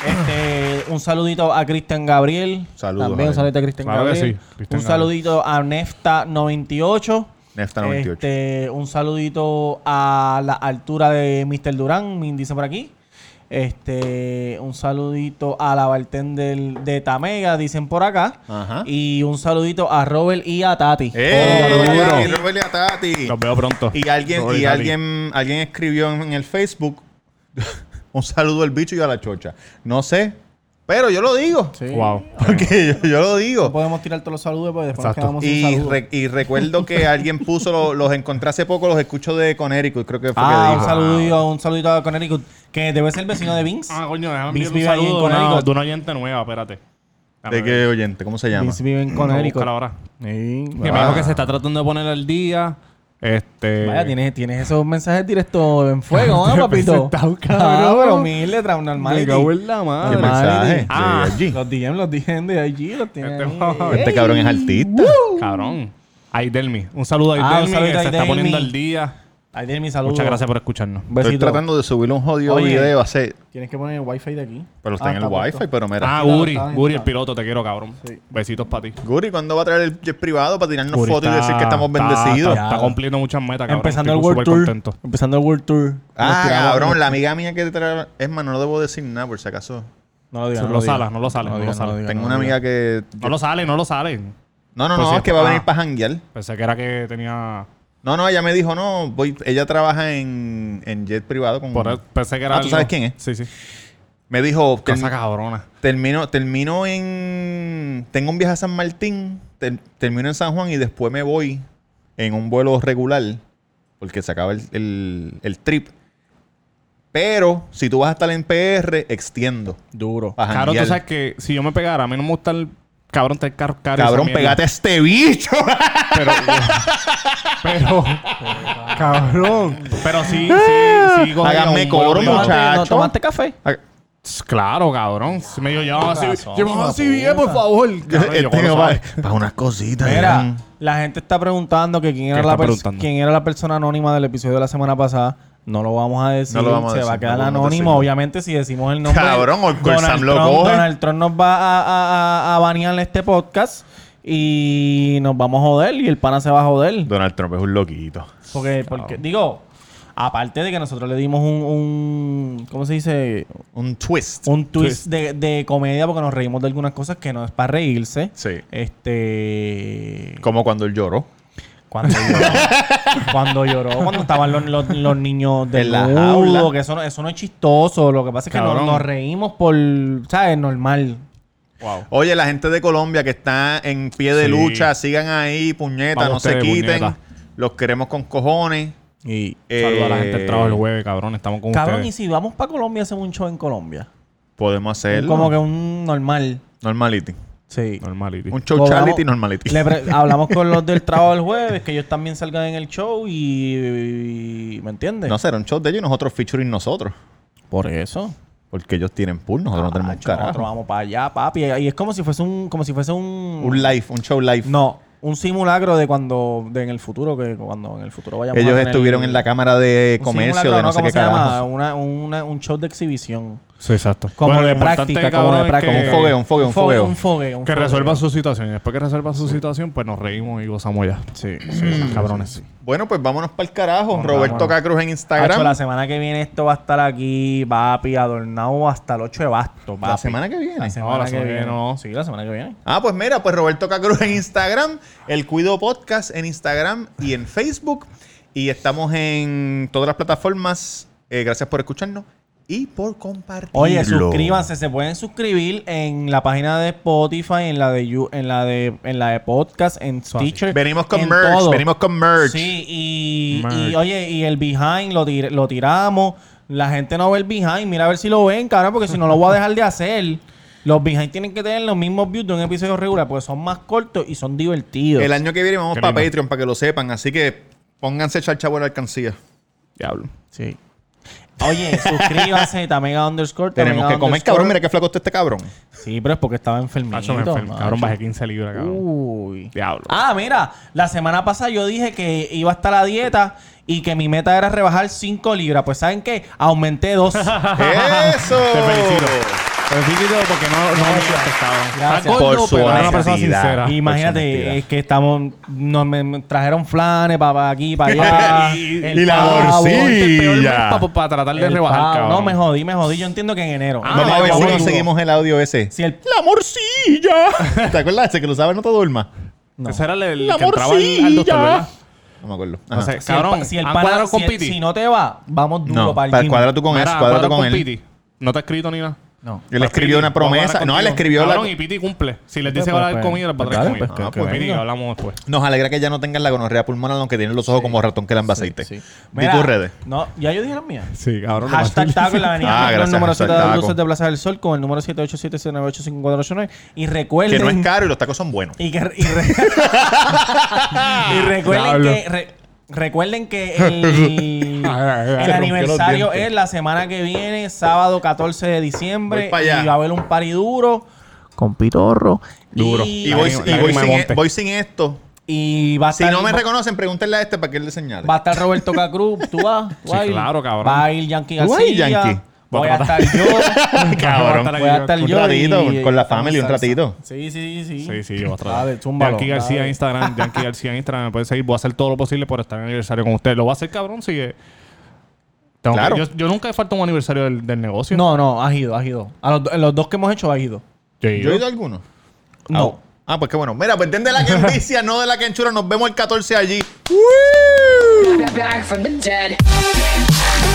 S1: Este, un saludito a Cristian Gabriel.
S2: Saludos,
S1: También un
S2: Gabriel.
S1: saludito a Cristian
S3: Claro que
S1: Gabriel.
S3: sí, Cristian
S1: un
S3: Gabriel.
S1: saludito a Nefta98.
S2: Nefta 98.
S1: Este, un saludito a la altura de Mr. Durán, me dice por aquí. Este, un saludito a la bartender de Tamega, dicen por acá.
S2: Ajá.
S1: Y un saludito a Robert y a Tati. Oh,
S2: ¡Eh!
S1: Saludos.
S2: Robert y a Tati.
S3: Los veo pronto.
S2: Y alguien,
S3: Robert
S2: y
S3: Tati.
S2: alguien, alguien escribió en, en el Facebook [laughs] un saludo al bicho y a la chocha. No sé, pero yo lo digo.
S1: Sí.
S3: Wow.
S2: Porque yo, yo lo
S1: No
S2: digo.
S1: podemos tirar todos los saludos porque después
S3: Exacto.
S1: nos quedamos sin
S2: Y,
S1: saludos.
S2: re- y recuerdo que alguien puso, lo- los encontré hace poco, los escucho de Connecticut, creo que fue
S1: Ah,
S2: que
S1: un
S2: dijo.
S1: saludito, un saludito a Connecticut, que debe ser el vecino de Vince.
S3: Ah, coño, déjame
S1: Vince
S3: enviar un
S1: vive ahí en
S3: saludo de una,
S1: Connecticut.
S3: de una oyente nueva, espérate.
S2: ¿De qué oyente? ¿Cómo se llama?
S1: Vince vive en
S3: Con
S1: Connecticut.
S3: ahora.
S1: Sí,
S3: Que me dijo que se está tratando de poner al día. Este.
S1: Vaya, tienes, tienes esos mensajes directos en
S2: [laughs]
S1: fuego, ¿ah, papito?
S3: Presentado,
S1: Ah,
S3: cabrón.
S1: pero humilde, tras normality.
S3: Me cago en la madre.
S2: ¿Qué mensaje?
S3: Ah.
S2: De allí.
S1: Los DM, los DM de allí, los tienen.
S3: Este
S1: ahí.
S3: va-
S2: Este cabrón es artista.
S3: Cabrón. Aidelmi. Un saludo a
S1: Ah, un
S3: Aidelmi
S1: saludo
S3: que
S1: a
S3: se está
S1: Aidelmi.
S3: poniendo al día.
S1: Ahí tienen mi saludo.
S3: Muchas gracias por escucharnos.
S2: Estoy
S1: Besito.
S2: tratando de subir un jodido
S1: Oye.
S2: video hace...
S1: Tienes que poner el wifi de aquí.
S2: Pero está
S1: Ah,
S2: en el
S1: puesto.
S2: wifi, pero mira.
S3: Ah,
S1: Está-
S3: Guri.
S1: está-
S3: Guri, el
S1: está-
S3: piloto. Te quiero, cabrón. Besitos para ti.
S2: Guri, ¿cuándo va a traer el jet privado para tirarnos
S3: Guri
S2: fotos y
S3: está-
S2: decir que estamos
S3: está-
S2: bendecidos?
S3: Está, está cumpliendo muchas metas, cabrón.
S1: Empezando el
S3: Estoy
S1: World
S3: súper
S1: Tour.
S3: contento.
S1: Empezando el World Tour.
S2: Ah,
S1: Nos tiramos-
S2: cabrón, la amiga mía que trae... Es más, no lo debo decir nada por si acaso.
S1: No lo digas.
S3: No lo salas, no lo sales, no lo
S1: digas,
S3: sales.
S1: digas,
S2: Tengo
S1: no
S2: una
S1: lo
S2: amiga que...
S3: No lo sale, no lo sale.
S2: No, no,
S3: Por
S2: no,
S3: si-
S2: es que va a
S3: ah.
S2: venir para janguear.
S3: Pensé que era que tenía.
S2: No, no, ella me dijo, no, voy... Ella trabaja en, en jet privado con...
S1: Mm.
S3: por- pensé que era.
S2: Ah, ¿tú
S3: algo-
S2: sabes quién es?
S3: Sí, sí.
S2: Me dijo... "Term-
S3: Casa cabrona.
S2: Termino, termino en... Tengo un viaje a San Martín, ter- termino en San Juan y después me voy en un vuelo regular, porque se acaba el, el- el trip. Pero si tú vas a estar en PR, extiendo.
S1: Duro.
S2: pa'
S3: Claro, tú
S2: janguear.
S3: sabes que si yo me pegara, a mí no me gusta el cabrón traer carro caro. y
S2: Cabrón,
S3: esa mierda.
S2: pegate a este bicho.
S3: [laughs]
S2: [laughs]
S3: Pero, pero, cabrón. Pero
S2: [laughs]
S3: sí, sí, sí. cogería
S2: Háganme
S3: un
S2: coro,
S3: buen
S2: muchacho.
S1: ¿Tomaste- ¿No tomaste café?
S2: Ah,
S3: Claro, cabrón. Si me llevaba así,
S1: Razón,
S3: llevaba
S1: la
S3: así bien, por
S2: [laughs]
S3: favor.
S2: este
S3: Cabrón, yo, ¿cómo lo
S2: para,
S3: sabes?
S2: unas cositas.
S1: Mira,
S2: eran-
S1: la gente está preguntando que quién era,
S3: ¿Qué
S1: la
S3: está
S1: pers-
S3: preguntando?
S1: quién era la persona anónima del episodio de la semana pasada. No lo vamos a decir.
S2: No lo vamos a
S1: se va
S2: decir,
S1: a quedar
S2: no lo vamos a
S1: anónimo.
S2: decir.
S1: Obviamente, si decimos el nombre.
S2: Cabrón, o el Sam lo
S1: Trump,
S2: coge.
S1: Donald Trump nos va a, a, a- a banear este podcast. Y nos vamos a joder. Y el pana se va a joder.
S2: Donald Trump es un loquito.
S1: Porque, porque digo, aparte de que nosotros le dimos un. un ¿Cómo se dice?
S2: Un twist.
S1: un twist de, de comedia porque nos reímos de algunas cosas que no es para reírse.
S2: Sí.
S1: Este.
S2: Como cuando él lloró.
S1: Cuando lloró.
S2: [laughs]
S1: cuando lloró, cuando estaban los, los, los niños de
S2: En la jaula.
S1: que eso no, eso no es chistoso. Lo que pasa es que nos,
S3: Cabrón.
S1: nos reímos por, ¿sabes? Normal.
S2: Oye, la gente de Colombia que está en pie de
S3: Sí.
S2: lucha, sigan ahí, puñetas,
S3: Vamos
S2: no se
S3: ustedes,
S2: quiten.
S3: puñeta.
S2: Los queremos con cojones.
S1: Y.
S3: Saluda a la
S2: Eh,
S3: gente del trabajo el jueves, cabrón. Estamos con
S1: Cabrón, y
S3: ustedes.
S1: si vamos para Colombia, hacemos un show en Colombia.
S2: Podemos hacerlo.
S1: Como que un normal.
S2: Normality.
S1: Sí.
S3: Normal, y-
S2: Un show
S1: Cobramos-
S2: charity normality.
S1: Le
S2: [laughs]
S1: pre- hablamos con los del trabajo el jueves, que ellos también salgan en el show y. y- ¿Me entiendes?
S2: No será un show de ellos y nosotros featuring nosotros.
S1: Por eso.
S2: Porque ellos tienen pool, nosotros no tenemos un
S1: Acho, Nosotros
S2: carajo.
S1: vamos para allá, papi. Y es como si fuese un, como si fuese un,
S2: Un live, un show live.
S1: no, un simulacro de cuando, de en el futuro, que cuando en el futuro vayamos.
S2: ellos estuvieron en la cámara de comercio de no sé qué carajo.
S1: Una, una- un show de exhibición.
S3: Sí, exacto.
S1: Como
S3: Bueno,
S1: de
S3: lo importante,
S1: práctica,
S3: cabrón,
S1: como de
S3: es
S1: práctica.
S2: que- Un fogueo, un fogueo, un fogueo.
S1: Un fogueo. un
S3: Que
S1: fogueo.
S3: resuelva su situación. Y después que resuelva su situación, pues nos reímos y gozamos ya. Sí,
S1: Mm.
S3: cabrones.
S2: Bueno, pues vámonos para el carajo.
S1: Vámonos,
S2: Roberto
S1: vámonos.
S2: Cacruz en
S1: Acho,
S2: Instagram.
S1: la semana que viene esto va a estar aquí, papi, adornado hasta el 8 de basto, papi.
S2: La semana que viene.
S1: La semana,
S3: No, la
S1: que,
S3: semana que
S1: viene.
S3: viene no.
S1: Sí, la semana que viene.
S2: Ah, pues mira, pues Roberto Cacruz en Instagram, El Cuido Podcast en Instagram y en Facebook. Y estamos en todas las plataformas. Eh, gracias por escucharnos y por compartir.
S1: Oye, suscríbanse, se pueden suscribir en la página de Spotify, en la de You- en la de en la de podcast, en Teacher.
S2: Venimos con merch, venimos con merch.
S1: Sí, y,
S3: Merch.
S1: y, oye, y el behind lo, tir- lo tiramos. La gente no ve el behind, mira a ver si lo ven, cabrón, porque si no lo voy a dejar de hacer. Los behind tienen que tener los mismos views de un episodio regular, porque son más cortos y son divertidos.
S2: El año que viene vamos
S3: Qué
S2: para
S3: lindo.
S2: Patreon para que lo sepan. Así que pónganse charcha buena alcancía.
S3: Diablo.
S1: Sí. Oye, suscríbanse, Tamega underscore.
S2: Tenemos
S1: Tamega
S2: que comer,
S1: underscore.
S2: cabrón. Mira qué flaco está este cabrón.
S1: Sí, pero es porque estaba enfermito.
S3: Nacho, me enfermo. Cabrón,
S1: macho. Uh.
S3: bajé 15 libras, cabrón.
S1: Uy.
S3: Diablo.
S1: Ah, mira, la semana pasada yo dije que iba a estar a dieta y que mi meta era rebajar 5 libras. Pues ¿saben qué? Aumenté 2.
S3: [laughs]
S2: ¡Eso!
S3: Te felicito. Te felicito Pues porque no, no me
S1: Gracias.
S3: Estás gordo,
S2: Por su
S3: pero eres una persona
S2: honestidad.
S3: sincera.
S1: Imagínate, es que estamos. Nos me- me trajeron flanes para aquí,
S2: [laughs]
S1: para
S3: [laughs]
S1: allá. el
S2: y la
S1: pavo,
S2: morcilla.
S3: Para tratar de
S1: el
S3: rebajar,
S1: pavo.
S3: cabrón.
S1: No, me jodí, me jodí. Yo entiendo que en enero.
S3: Ah,
S2: Vamos a ver
S3: vamos,
S2: si
S3: vamos.
S2: conseguimos el audio ese.
S1: Si el-
S2: ¡La morcilla! ¿Te acuerdas? Ese que lo sabes, no te duermas.
S1: No.
S3: Ese era el, el
S2: La
S3: que entraba al, al doctor, ¿verdad?
S2: No me acuerdo.
S3: No
S2: Ajá.
S3: sé,
S1: Si el
S3: cabrón,
S1: pa- si el
S3: ¿han
S1: pana-
S3: cuadrado
S1: si
S3: con
S1: el-
S3: Piti?
S1: Si no te va, vamos duro
S2: No,
S1: para el
S2: pa-
S1: gym.
S2: cuadra tú con
S3: Mira,
S2: él,
S3: ¿han
S2: cuadra tú
S3: cuadrado
S2: con él.
S3: Piti? ¿No te ha escrito ni nada?
S1: No.
S2: Él escribió una promesa. No, él escribió
S3: la...
S2: la...
S3: y Piti cumple. Si les
S1: Pues,
S3: dice que va a
S1: pues,
S3: dar
S1: pues,
S3: comida, les va a
S1: pues,
S3: traer
S1: dale,
S3: comida.
S1: pues,
S3: Ah,
S1: que-
S3: pues
S1: que
S3: Piti,
S1: venga.
S3: hablamos después.
S2: Nos alegra que ya no tengan la gonorrea pulmonar, aunque tienen los ojos como ratón que lamba aceite.
S1: Sí.
S2: Di
S1: Mira,
S2: tus redes.
S1: No, ya yo dije las mías.
S3: Sí, cabrón.
S1: Hashtag Taco en la avenida
S2: [laughs] Ah,
S1: Franklin,
S2: gracias,
S1: número
S2: hashtag
S1: 7 de las
S2: Taco.
S1: luces de Plaza del Sol con el número 787-798-5489. Y recuerden...
S2: Que no es caro y los tacos son buenos.
S1: Y, que- y re- [laughs]
S3: [laughs]
S1: y recuerden
S3: Diablo.
S1: que... re- recuerden que
S3: [laughs]
S1: el, el aniversario
S2: dientes.
S1: es la semana que viene, sábado 14 de diciembre.
S2: Voy pa' allá.
S1: Y va a haber un pari duro con pitorro.
S3: Duro.
S1: Y,
S2: Y voy, y
S3: Lágrima
S2: voy
S3: de
S2: sin,
S3: monte.
S2: voy sin esto.
S1: y va a
S2: Si
S1: estar-
S2: no me
S1: va-
S2: reconocen, pregúntenle a este para que él le señale.
S1: Va a estar Roberto
S2: [laughs]
S1: Cacruz, tú vas, tú
S3: Sí,
S1: vas a ir.
S3: claro, cabrón.
S1: Va a ir Yankee
S2: Tú vas a ir,
S1: García.
S2: Yankee.
S1: Voy a
S3: Va a
S1: estar
S3: [laughs]
S1: yo.
S2: Cabrón.
S1: Voy a estar
S2: Un
S1: yo.
S2: ratito, con la family,
S1: familia,
S2: un ratito.
S1: Sí, sí, sí.
S3: Sí, sí, yo voy a tratar.
S1: Dale, zúmbalo,
S3: Yankee García en
S1: dale. [laughs]
S3: Instagram, Yankee García en Instagram, me pueden seguir. Voy a hacer todo lo posible por estar en el aniversario con ustedes. Lo voy a hacer, cabrón, si eh, tengo que-
S2: Claro.
S3: yo, yo nunca he faltado a un aniversario del, del negocio.
S1: No, no, has ido, has ido. A los, do- en los dos que hemos hecho, has ido.
S3: Yo he
S2: ¿Yo he
S3: ido.
S2: ido a alguno?
S1: No.
S2: Ah, pues qué bueno. Mira, pues den de la
S1: [laughs]
S2: que envicia, no de la que enchura. Nos vemos el 14 allí.
S4: back from the dead.